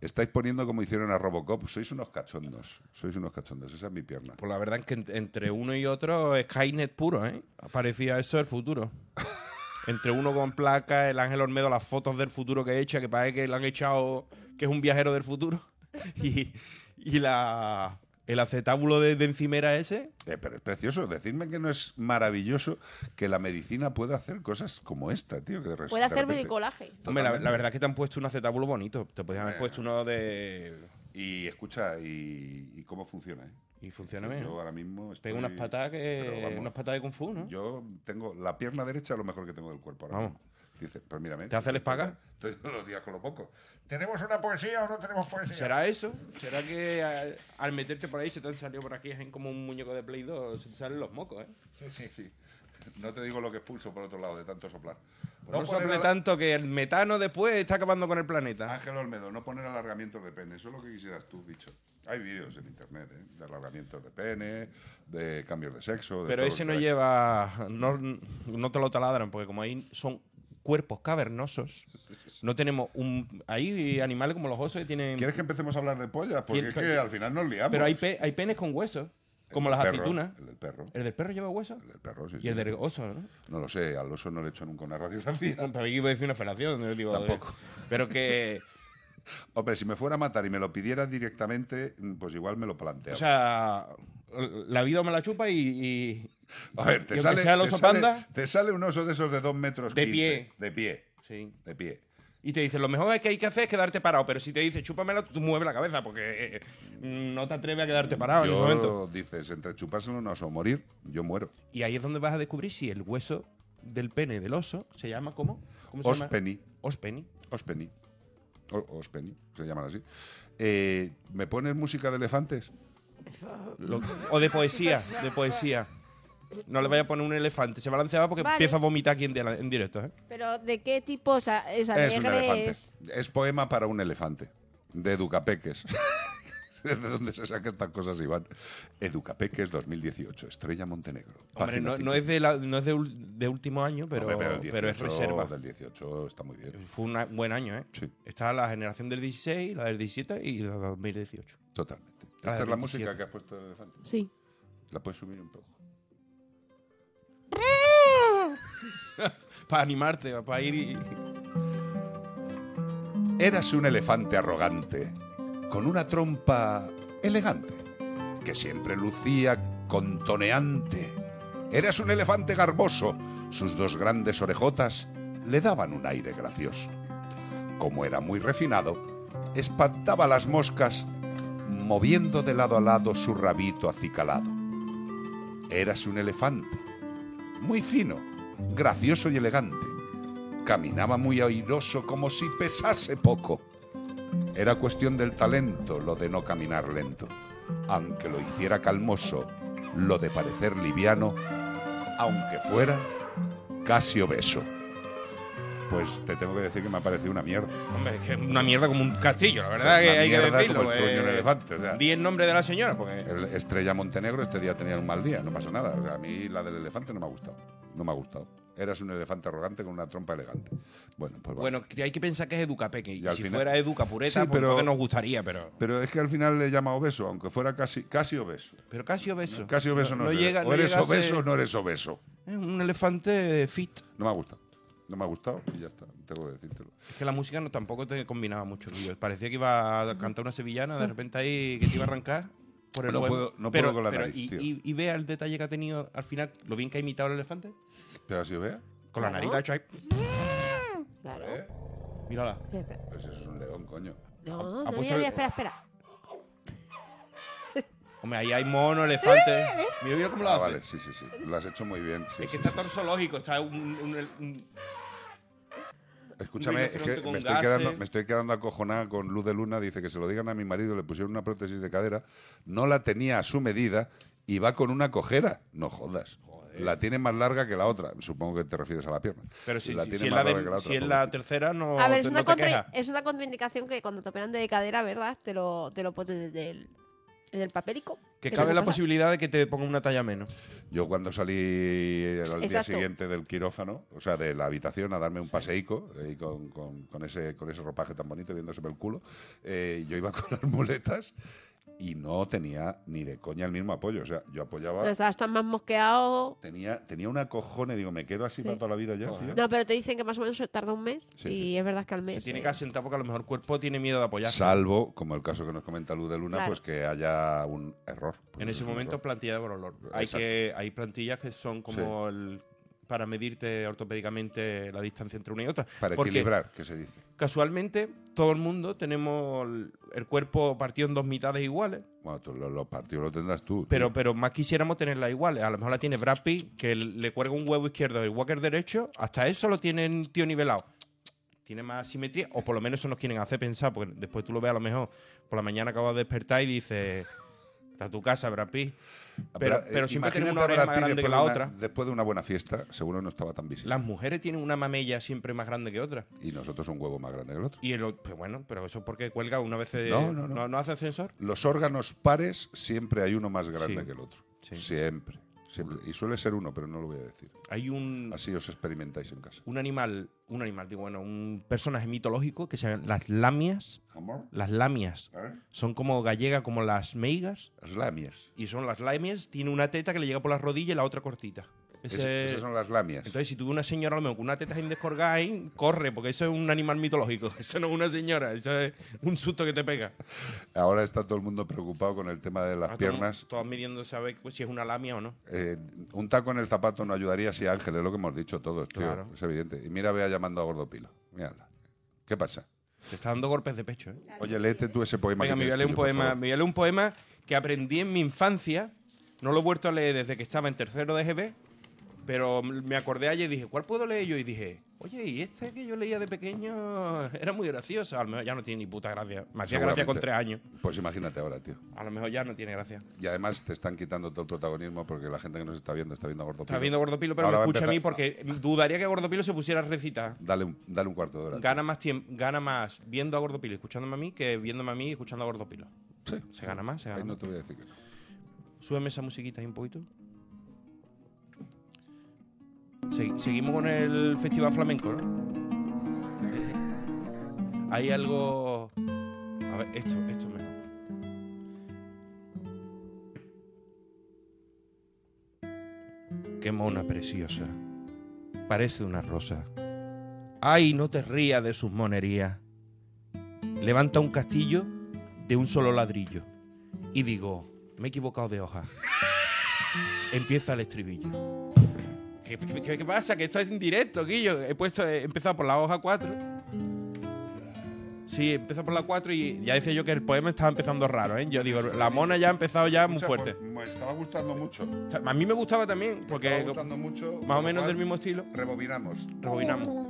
A: Estáis poniendo como hicieron a Robocop, sois unos cachondos, sois unos cachondos, esa es mi pierna.
B: Pues la verdad es que ent- entre uno y otro es Skynet puro, ¿eh? Parecía eso el futuro. Entre uno con placa, el Ángel Olmedo, las fotos del futuro que he hecho, que parece que le han echado, que es un viajero del futuro. Y, y la, el acetábulo de, de encimera ese.
A: Eh, pero es precioso, decirme que no es maravilloso que la medicina pueda hacer cosas como esta, tío. Que de res-
C: Puede
A: de
C: hacer
A: repente-
C: bricolaje.
B: Hombre, la,
A: Totalmente.
B: la verdad es que te han puesto un acetábulo bonito. Te podían haber puesto uno de.
A: Y escucha, y, y cómo funciona, ¿eh?
B: Y funciona
A: Yo
B: bien. ¿no?
A: ahora mismo estoy...
B: Pega unas patadas
A: Pero
B: que.
A: vamos.
B: Unas patadas de Kung Fu, ¿no?
A: Yo tengo la pierna derecha lo mejor que tengo del cuerpo ahora.
B: Vamos.
A: mismo. Dice, pues mírame.
B: ¿Te hace el espaga?
A: Estoy todos los días con lo poco. ¿Tenemos una poesía o no tenemos poesía?
B: ¿Será eso? ¿Será que al, al meterte por ahí se te han salido por aquí es como un muñeco de Play 2? Se te salen los mocos, ¿eh?
A: Sí, sí, sí. No te digo lo que expulso por otro lado de tanto soplar.
B: Pues No,
A: poner
B: sople
A: ala-
B: tanto que el metano después está acabando con el planeta.
A: Ángel Olmedo, no poner alargamientos de pene. Eso es lo que quisieras tú, bicho. Hay vídeos en internet ¿eh? de alargamientos de pene, de cambios de sexo. de
B: Pero
A: todo
B: ese
A: lo
B: no
A: que queráis.
B: lleva. No, no te lo taladran, porque como ahí son cuerpos cavernosos, no tenemos un. Hay animales como los osos que tienen.
A: ¿Quieres que empecemos a hablar de pollas? Porque
B: Em, ¿Quién-
A: es que al final nos liamos.
B: Pero hay, pe- hay penes con huesos, como
A: El
B: las
A: perro,
B: aceitunas.
A: El del perro.
B: ¿El del perro lleva huesos?
A: El del perro, sí.
B: Y el
A: sí.
B: del oso, ¿no?
A: No lo sé, al oso no le he hecho nunca una radiografía.
B: Pero aquí iba a decir una felación, yo digo.
A: Tampoco.
B: Pero que.
A: Hombre, si me fuera a matar y me lo pidiera directamente, pues igual me lo planteaba.
B: O sea, la vida me la chupa y, y-
A: a ver,
B: y
A: te
B: aunque
A: sale,
B: sea el
A: te
B: oso
A: sale-
B: panda.
A: te sale un oso de esos de dos metros.
B: De
A: 15,
B: pie.
A: De pie,
B: sí.
A: de pie.
B: Y te dice, lo mejor es que hay que hacer es quedarte parado, pero si te dice chúpamela, tú mueves la cabeza porque eh, no te atreves a quedarte parado en ese
A: Yo,
B: momento.
A: dices, entre chupárselo un oso o morir, yo muero.
B: Y ahí es donde vas a descubrir si el hueso del pene del oso se llama ¿cómo? ¿Cómo se llama?
A: Ospeni.
B: Ospeni.
A: Ospeni. O- Ospeni, se llaman así. Eh, ¿Me pones música de elefantes?
B: Lo- o de poesía, de poesía. No le vaya a poner un elefante, se balanceaba porque
C: Vale.
B: empieza a vomitar aquí en, dela- en directo, ¿eh?
C: Pero ¿de qué tipo? O sea, es
A: Es un elefante.
C: es-
A: Es poema para un elefante. De Educapeques. es de donde se sacan estas cosas, Iván. Educapeques 2018, Estrella Montenegro. Página
B: Hombre, no, no
A: cinco.
B: es, de, la- no es de, ul- de último año, pero,
A: Hombre, el
B: pero es
A: 18
B: reserva.
A: Del 18 está muy bien.
B: Fue un a- buen año, ¿eh?
A: Sí.
B: Está la generación del 16, la del 17 y la del 2018.
A: Totalmente.
B: Ah,
A: Esta es la
B: 17.
A: música que has puesto del elefante.
C: Sí.
A: La puedes subir un poco.
B: Para animarte, para ir y...
A: Érase un elefante arrogante con una trompa elegante, que siempre lucía contoneante. Eras un elefante garboso, sus dos grandes orejotas le daban un aire gracioso. Como era muy refinado, espantaba a las moscas moviendo de lado a lado su rabito acicalado. Eras un elefante, muy fino, gracioso y elegante. Caminaba muy airoso como si pesase poco. Era cuestión del talento lo de no caminar lento, aunque lo hiciera calmoso, lo de parecer liviano, aunque fuera casi obeso. Pues te tengo que decir que me ha parecido una mierda.
B: Hombre, es que es una mierda como un castillo, la verdad
A: O sea,
B: que
A: una
B: Ah, hay que
A: mierda
B: decirlo.
A: como el
B: eh.
A: truño de elefante, o sea.
B: Di el nombre de la señora, porque
A: El Estrella Montenegro este día tenía un mal día, no pasa nada. O sea, a mí la del elefante no me ha gustado. No me ha gustado. Eras un elefante arrogante con una trompa elegante. Bueno, pues vale.
B: bueno, que hay que pensar que es Educapé, que
A: Y al
B: si
A: final-
B: fuera Educa Pureta,
A: Sí,
B: pues
A: pero-
B: entonces nos gustaría, pero
A: Pero es que al final le llama obeso, aunque fuera casi, casi obeso.
B: pero casi obeso.
A: Casi obeso no, es.
B: llega,
A: o
B: no
A: eres
B: llega a
A: obeso
B: ser-
A: o no eres obeso.
B: Es un elefante fit.
A: No me ha gustado. No me ha gustado y ya está. Tengo que decírtelo.
B: Es que la música no, tampoco te combinaba mucho, Guillo. Parecía que iba a cantar una sevillana, de repente ahí que te iba a arrancar por el
A: Eh. No
B: poema.
A: puedo- no
B: pero,
A: puedo con la
B: pero
A: nariz,
B: y,
A: tío.
B: y- y vea el detalle que ha tenido al final, lo bien que ha imitado el elefante.
A: Pero así vea.
B: Con la
C: Claro.
B: nariz la ha hecho ahí.
C: Claro.
B: Mírala.
C: Espera, espera.
A: Pues eso es un león, coño. Ah,
C: No,
B: ha
C: no,
A: pues
B: puesto
C: mira,
B: el-
C: mira, espera, espera.
B: Hombre, ahí hay mono, elefante. Mira, mira cómo lo
A: Ah,
B: hace.
A: vale, sí, sí, sí. Lo has hecho muy bien. sí,
B: Es
A: sí,
B: que está
A: sí,
B: torsológico, está un- un- un,
A: Escúchame, es
B: rinoceronte
A: que
B: con
A: me estoy,
B: gases.
A: quedando, me estoy quedando acojonada con Luz de Luna. Dice que se lo digan a mi marido, le pusieron una prótesis de cadera, no la tenía a su medida y va con una cojera. No jodas. La tiene más larga que la otra. Supongo que te refieres a la pierna.
B: Pero si, si-
A: tiene
B: si es,
A: más
B: la de-
A: larga que
B: si es
A: otra,
B: la
A: pobrecita.
B: tercera, no,
C: a ver,
B: te-
C: es una,
B: no te
C: contra-
B: quejas.
C: es una contraindicación que cuando te operan de cadera, ¿verdad? Te lo, te lo ponen en el, en el papelico.
B: Que
C: ¿Qué
B: cabe
C: te
B: la
C: pasa?
B: posibilidad de que te ponga una talla menos.
A: Yo cuando salí al día
C: Exacto.
A: siguiente del quirófano, o sea, de la habitación a darme un paseico eh, y con, con- con ese, con ese ropaje tan bonito viéndoseme el culo, eh, yo iba con las muletas y no tenía ni de coña el mismo apoyo. O sea, yo apoyaba...
C: No, estabas tan más mosqueado.
A: Tenía, tenía una cojone, digo, me quedo así
C: Sí.
A: para toda la vida ya, tío.
B: ¿eh?
C: No, pero te dicen que más o menos tarda un mes.
A: Sí,
C: y
A: sí.
C: es verdad que al mes.
B: Se tiene
C: eh,
B: que asentar porque a lo mejor el cuerpo tiene miedo de apoyarse.
A: Salvo, como el caso que nos comenta Luz de Luna,
C: Claro.
A: pues que haya un error. Pues
B: en
A: es
B: ese
A: un
B: momento,
A: error.
B: plantilla de por olor. Hay,
A: Exacto.
B: que, hay plantillas que son como el- para medirte ortopédicamente la distancia entre una y otra.
A: Para
B: Porque
A: equilibrar, que se dice.
B: Casualmente, todo el mundo tenemos el, el cuerpo partido en dos mitades iguales,
A: Bueno, tú lo- los partidos lo tendrás tú.
B: pero,
A: tío.
B: pero más quisiéramos tenerla iguales. A lo mejor la tiene Brad Pitt, que le cuelga un huevo izquierdo y igual que el derecho, hasta eso lo tienen tío nivelado. tiene más simetría, o por lo menos eso nos quieren hacer pensar, porque después tú lo ves a lo mejor por la mañana acabas de despertar y dices, está tu casa, Brad Pitt". Pero,
A: Bra-
B: pero
A: eh,
B: siempre
A: imagínate
B: tenemos una
A: a
B: oreja
A: Brad
B: más
A: Pitt
B: grande que
A: después
B: la
A: de una-
B: otra.
A: Después de una buena fiesta, seguro no estaba tan visible.
B: Las mujeres tienen una mamella siempre más grande que otra.
A: Y nosotros un huevo más grande que el otro.
B: Y el, o- pues bueno, pero eso es porque cuelga una vez. eh,
A: No, no, no.
B: hace ascensor.
A: Los órganos pares siempre hay uno más grande
B: Sí.
A: que el otro.
B: Sí.
A: Siempre. Siempre. Y suele ser uno, pero no lo voy a decir.
B: Hay un,
A: Así os experimentáis en casa.
B: un animal, un animal, digo, bueno, un personaje mitológico que se llaman las lamias.
A: ¿Amor?
B: Las lamias
A: ¿Eh?
B: son como gallega, como las meigas.
A: Las lamias.
B: Y son las lamias, tiene una teta que le llega por la rodilla y la otra cortita.
A: Es-
B: Ese-
A: esas son las lamias.
B: Entonces, si tuve una señora a lo mejor con una teta sin descolgar ahí, corre, porque eso es un animal mitológico. Eso no es una señora, eso es un susto que te pega.
A: Ahora está todo el mundo preocupado con el tema de las
B: Ahora Ah, todo el mundo-
A: piernas.
B: Todos midiendo saber cu- si es una lamia o no.
A: Eh, un taco en el zapato no ayudaría si Ángel, es lo que hemos dicho todos, tío.
B: Claro.
A: Es evidente. Y mira, vea llamando a Gordopilo. Mírala. ¿Qué pasa?
B: Se está dando golpes de pecho. ¿eh?
A: Oye, léete tú ese poema.
B: Venga,
A: que
B: me voy a
A: tienes
B: leer un
A: tuyo, por
B: poema.
A: favor.
B: Me voy a leer un poema que aprendí en mi infancia. No lo he vuelto a leer desde que estaba en tercero de GB, pero m- me acordé ayer y dije, ¿cuál puedo leer yo? Y dije, oye, y este que yo leía de pequeño era muy gracioso. A lo mejor ya no tiene ni puta gracia. Me hacía gracia con
A: Seguramente.
B: tres años.
A: Pues imagínate ahora, tío.
B: A lo mejor ya no tiene gracia.
A: Y además te están quitando todo el protagonismo porque la gente que nos está viendo está viendo a Gordopilo.
B: Está viendo Gordopilo, pero
A: Ahora
B: me
A: va a
B: escucha a mí
A: empezar-
B: porque dudaría que Gordopilo se pusiera a recitar.
A: Dale un, dale un cuarto de hora.
B: Gana más, tiemp- gana más viendo a Gordopilo y escuchándome a mí que viéndome a mí y escuchando a Gordopilo.
A: Sí.
B: Se gana más, se gana
A: Ahí no
B: más.
A: te voy a decir que no.
B: Súbeme esa musiquita ahí un poquito. Segui- seguimos con el festival flamenco, ¿no? Hay algo. A ver, esto, esto es mejor. Qué mona preciosa. Parece una rosa. Ay, no te rías de sus monerías. Levanta un castillo de un solo ladrillo. Y digo, me he equivocado de hoja. Empieza el estribillo. ¿Qué, qué- qué- qué pasa? Que esto es en directo, Guillo. He, puesto, he empezado por la hoja 4. Sí, empezó por la 4 y ya decía yo que el poema estaba empezando raro, ¿eh? Yo digo, la mona ya ha empezado ya muy
A: Escucha,
B: fuerte.
A: pues, me estaba gustando mucho. Me
B: O sea, A mí me gustaba también, porque
A: estaba gustando mucho. con
B: más o
A: lo
B: menos
A: cual,
B: del mismo estilo.
A: Rebobinamos.
B: Rebobinamos.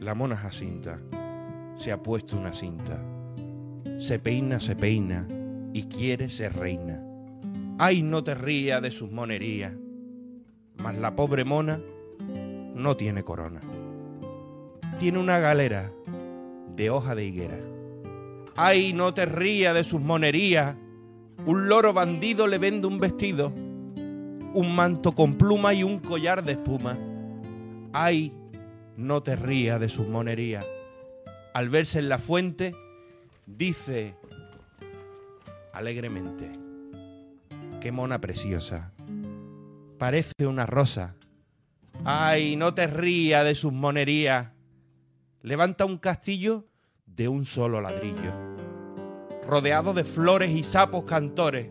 B: La mona Jacinta se ha puesto una cinta. Se peina, se peina y quiere ser reina. Ay, no te rías de sus monerías. Mas la pobre mona no tiene corona. Tiene una galera de hoja de higuera. Ay, no te rías de sus monerías. Un loro bandido le vende un vestido un manto con pluma y un collar de espuma. Ay, no te rías de sus monerías. Al verse en la fuente, dice alegremente, qué mona preciosa, parece una rosa. Ay, no te rías de sus monerías. Levanta un castillo de un solo ladrillo, rodeado de flores y sapos cantores.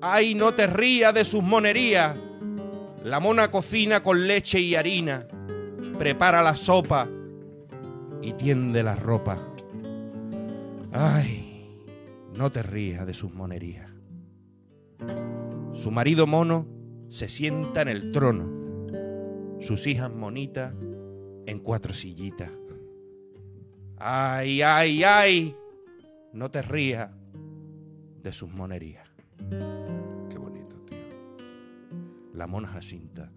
B: ¡Ay, no te rías de sus monerías! La mona cocina con leche y harina, prepara la sopa y tiende la ropa. ¡Ay, no te rías de sus monerías! Su marido mono se sienta en el trono, sus hijas monitas en cuatro sillitas. ¡Ay, ay, ay! No te rías de sus monerías.
A: Qué bonito, tío.
B: La mona Jacinta,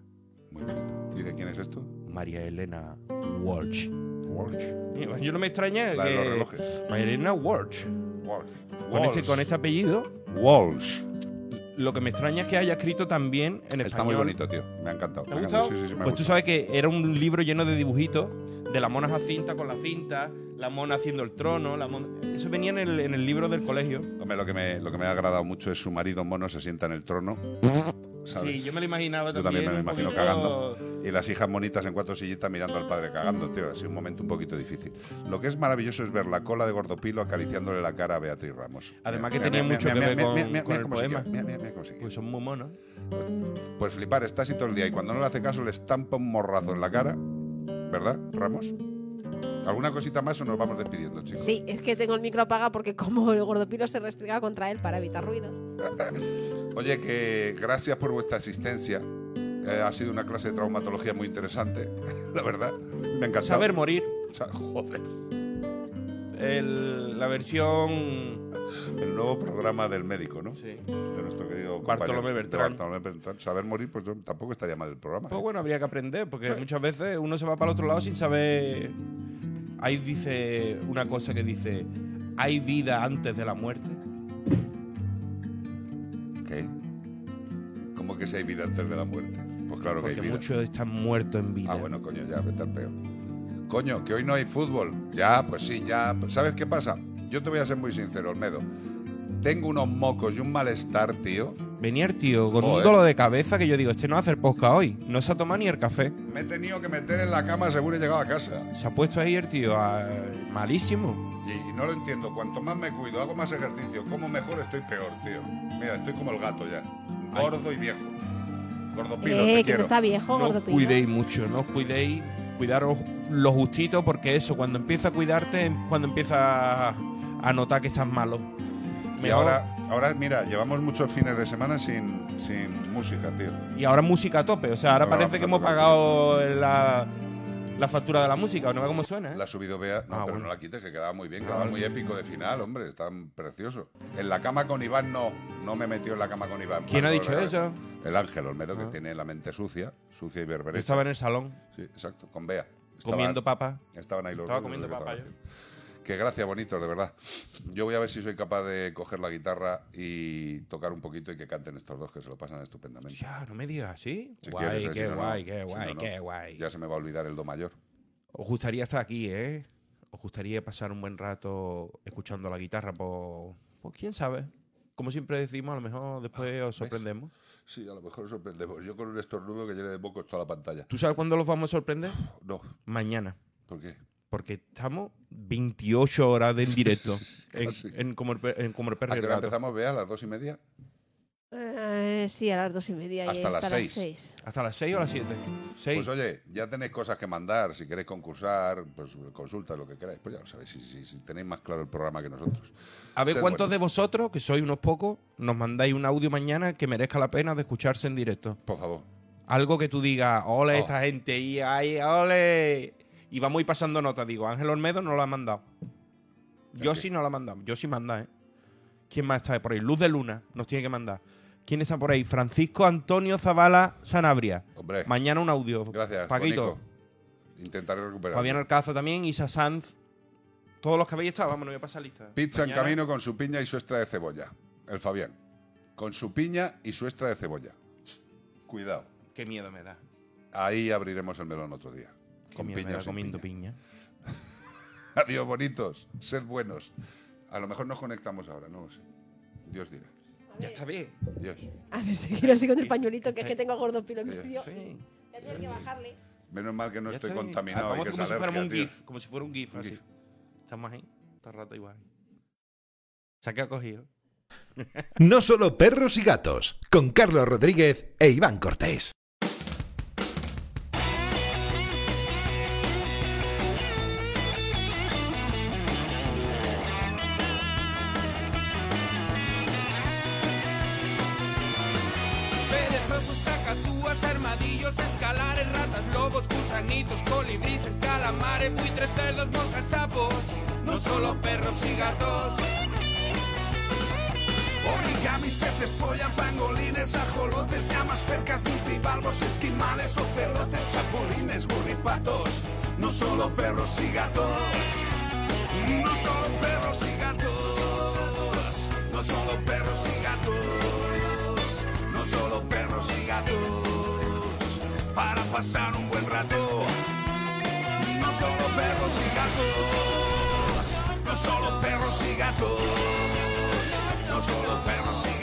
A: Oh, Muy bonito. ¿Y de quién es esto?
B: María Elena Walsh.
A: Walsh.
B: Yo no me extraña
A: La de los
B: Eh, que
A: relojes.
B: María Elena Walsh.
A: Walsh.
B: Con, este, con este apellido,
A: Walsh.
B: lo que me extraña es que haya escrito también en español.
A: Está muy bonito, tío. Me ha encantado.
B: ¿Te
A: Me
B: ha
A: ha
B: gustado?
A: encantado. Sí, sí, sí, me ha
B: pues tú
A: gustado.
B: sabes que era un libro lleno de dibujitos de la mona Jacinta con la cinta, la mona haciendo el trono, la mona... Eso venía en el, en el libro del colegio.
A: Hombre, lo que, me, lo que me ha agradado mucho es su marido mono se sienta en el trono. ¿sabes?
B: Sí, yo me lo imaginaba
A: Yo también
B: también.
A: me lo
B: un
A: imagino
B: poquito-
A: cagando. Y las hijas bonitas en cuatro sillitas mirando al padre cagando, tío. Ha sido un momento un poquito difícil. Lo que es maravilloso es ver la cola de Gordopilo acariciándole la cara a Beatriz Ramos.
B: Además que
A: Mira,
B: tenía
A: mira,
B: mucho
A: mira,
B: que
A: mira, mira,
B: ver con-
A: mira, mira,
B: con
A: mira
B: el
A: cómo se
B: poema.
A: queda, Mira, mira, mira cómo se queda.
B: Pues son muy monos.
A: Pues flipar, está así todo el día. Y cuando no le hace caso, le estampa un morrazo en la cara. ¿Verdad, Ramos? ¿Alguna cosita más o nos vamos despidiendo, chicos?
C: Sí, es que tengo el micro apagado porque como el gordopino se restringa contra él para evitar ruido.
A: Oye, que gracias por vuestra asistencia. Eh, ha sido una clase de traumatología muy interesante, la verdad. Me ha encantado.
B: Saber morir.
A: Sa- Joder.
B: El- la versión...
A: El nuevo programa del médico, ¿no?
B: Sí.
A: De nuestro querido
B: Bartolomé
A: compañero, de
B: Bertrán.
A: Bartolomé Bertrán. Saber morir, pues no, tampoco estaría mal el programa. ¿eh?
B: Pues bueno, habría que aprender, porque muchas veces uno se va para el otro lado sin saber. Ahí dice una cosa que dice: ¿hay vida antes de la muerte?
A: ¿Qué? ¿Cómo que si hay vida antes de la muerte? Pues claro que hay
B: Porque
A: vida.
B: muchos están muertos en vida.
A: Ah, bueno, coño, ya, vete al peo. Coño, que hoy no hay fútbol. Ya, pues sí, ya. ¿Sabes qué pasa? Yo te voy a ser muy sincero, Olmedo. Tengo unos mocos y un malestar, tío.
B: Venía el tío con un
A: Joder.
B: dolor de cabeza que yo digo: Este no va a hacer posca hoy, no se ha tomado ni el café.
A: Me he tenido que meter en la cama según he llegado a casa.
B: Se ha puesto ahí el tío a- malísimo.
A: Y, y no lo entiendo. Cuanto más me cuido, hago más ejercicio, como mejor, estoy peor, tío. Mira, estoy como el gato ya. Gordo y viejo. Gordo pilo,
C: eh,
A: te
C: que no
A: quiero.
C: está viejo,
B: No os
C: gordopino.
B: cuidéis mucho, no os cuidéis. Cuidaros lo justito, porque eso, cuando empieza a cuidarte, es cuando empieza a notar que estás malo.
A: Y
B: Mejor-
A: ahora, ahora, mira, llevamos muchos fines de semana sin, sin música, tío.
B: Y ahora música a tope. O sea, ahora
A: Ahora
B: parece
A: vamos
B: que
A: a
B: hemos
A: tocar.
B: pagado la, la factura de la música. ¿No ve cómo suena? eh?
A: La ha subido Bea. No,
B: Ah,
A: pero
B: bueno.
A: no la quites, que quedaba muy bien,
B: Ah,
A: quedaba
B: vale.
A: muy épico de final, hombre. Está precioso. En la cama con Iván no. No me metió en la cama con Iván.
B: ¿Quién ha
A: Pablo,
B: dicho
A: la-
B: eso?
A: El ángel Olmedo, que
B: Ah.
A: tiene la mente sucia, sucia y
B: Yo
A: berberecha.
B: estaba en el salón
A: Sí, exacto, con Bea. Estaban-
B: comiendo papa.
A: Estaban ahí los
B: Estaba
A: dos,
B: comiendo
A: los que
B: papa yo.
A: estaban. Qué gracia, bonitos, de verdad. Yo voy a ver si soy capaz de coger la guitarra y tocar un poquito y que canten estos dos, que se lo pasan estupendamente.
B: Ya, no me digas así.
A: Si
B: guay,
A: quieres, eh,
B: qué,
A: si no, no.
B: guay qué
A: Si
B: guay,
A: no, no.
B: qué guay,
A: Ya se me va a olvidar el do mayor.
B: Os gustaría estar aquí, ¿eh? Os gustaría pasar un buen rato escuchando la guitarra. Pues, pues quién sabe. Como siempre decimos, a lo mejor después
A: Ah,
B: os sorprendemos.
A: Sí, a lo mejor sorprendemos. Yo con un estornudo que llene de bocos toda la pantalla.
B: ¿Tú sabes cuándo los vamos a sorprender?
A: No,
B: Mañana.
A: ¿por qué?
B: Porque estamos 28 horas de en directo en,
A: Casi.
B: en como el, Pe- en Como el
A: ¿A
B: perro y
A: qué
B: el
A: hora
B: gato.
A: empezamos? Vea, a las dos y media.
C: Eh, sí, a las dos y media. y
A: Hasta las seis.
C: seis.
B: ¿Hasta las 6 o las 7? 6.
A: Pues oye, ya tenéis cosas que mandar. Si queréis concursar, pues consulta lo que queráis. Pues ya lo sabéis, si, si- si tenéis más claro el programa que nosotros.
B: a ver
A: sed
B: cuántos de
A: buenos.
B: vosotros, que sois unos pocos, nos mandáis un audio mañana que merezca la pena de escucharse en directo.
A: Por favor.
B: Algo que tú digas, ole
A: Oh.
B: esta gente, y ay, ole. Y vamos a ir pasando notas, digo, Ángel Olmedo no lo ha mandado. Yo
A: Ok.
B: sí no lo ha mandado, yo sí manda, ¿eh? ¿Quién más está por ahí? Luz de Luna nos tiene que mandar. ¿Quién está por ahí? Francisco Antonio Zavala Sanabria.
A: Hombre,
B: Mañana un audio.
A: gracias.
B: Paquito.
A: Bonico. Intentaré recuperar.
B: Fabián Alcazo también, Isa Sanz. Todos los que habéis estado, vamos, no voy a pasar lista.
A: Pizza
B: Mañana-
A: en camino con su piña y su extra de cebolla. El Fabián. Con su piña y su extra de cebolla. Cuidado.
B: Qué miedo me da.
A: Ahí abriremos el melón otro día.
B: Qué
A: Con
B: miedo me
A: piña, o
B: da
A: sin
B: comiendo
A: piña.
B: piña.
A: Adiós, bonitos. Sed buenos. A lo mejor nos conectamos ahora, no lo sé. Dios dirá.
B: Ya está bien.
A: Dios.
C: A ver, seguir así con el pañuelito, que es que tengo gordo pilo en mi
A: Sí.
C: tío.
B: Sí.
C: Voy a tener que bajarle.
A: Menos mal que no
B: Ya
A: estoy
B: está bien. Ah,
A: contaminado y
B: vamos
A: que
B: a
A: es
B: hacer como si fuéramos
A: alergia,
B: un
A: tío.
B: GIF, como si fuera un GIF,
A: Un
B: así.
A: GIF.
B: Estamos ahí, todo el rato igual. Se ha quedado cogido.
D: No solo perros y gatos, con Carlos Rodríguez e Iván Cortés.
H: Perezos, cacatúas, armadillos, escalares, ratas, lobos, gusanitos, colibrises, calamares, buitres, cerdos, moscas, sapos, no solo perros y gatos. Origamis, peces, polla, pangolines, ajolotes, llamas, percas, bivalvos, esquimales, ocelotes, chapulines, burripatos, no solo perros y gatos. No solo perros y gatos, no solo perros y gatos, no solo perros y gatos, para pasar un buen rato. No solo perros y gatos, no solo perros y gatos, no solo perros y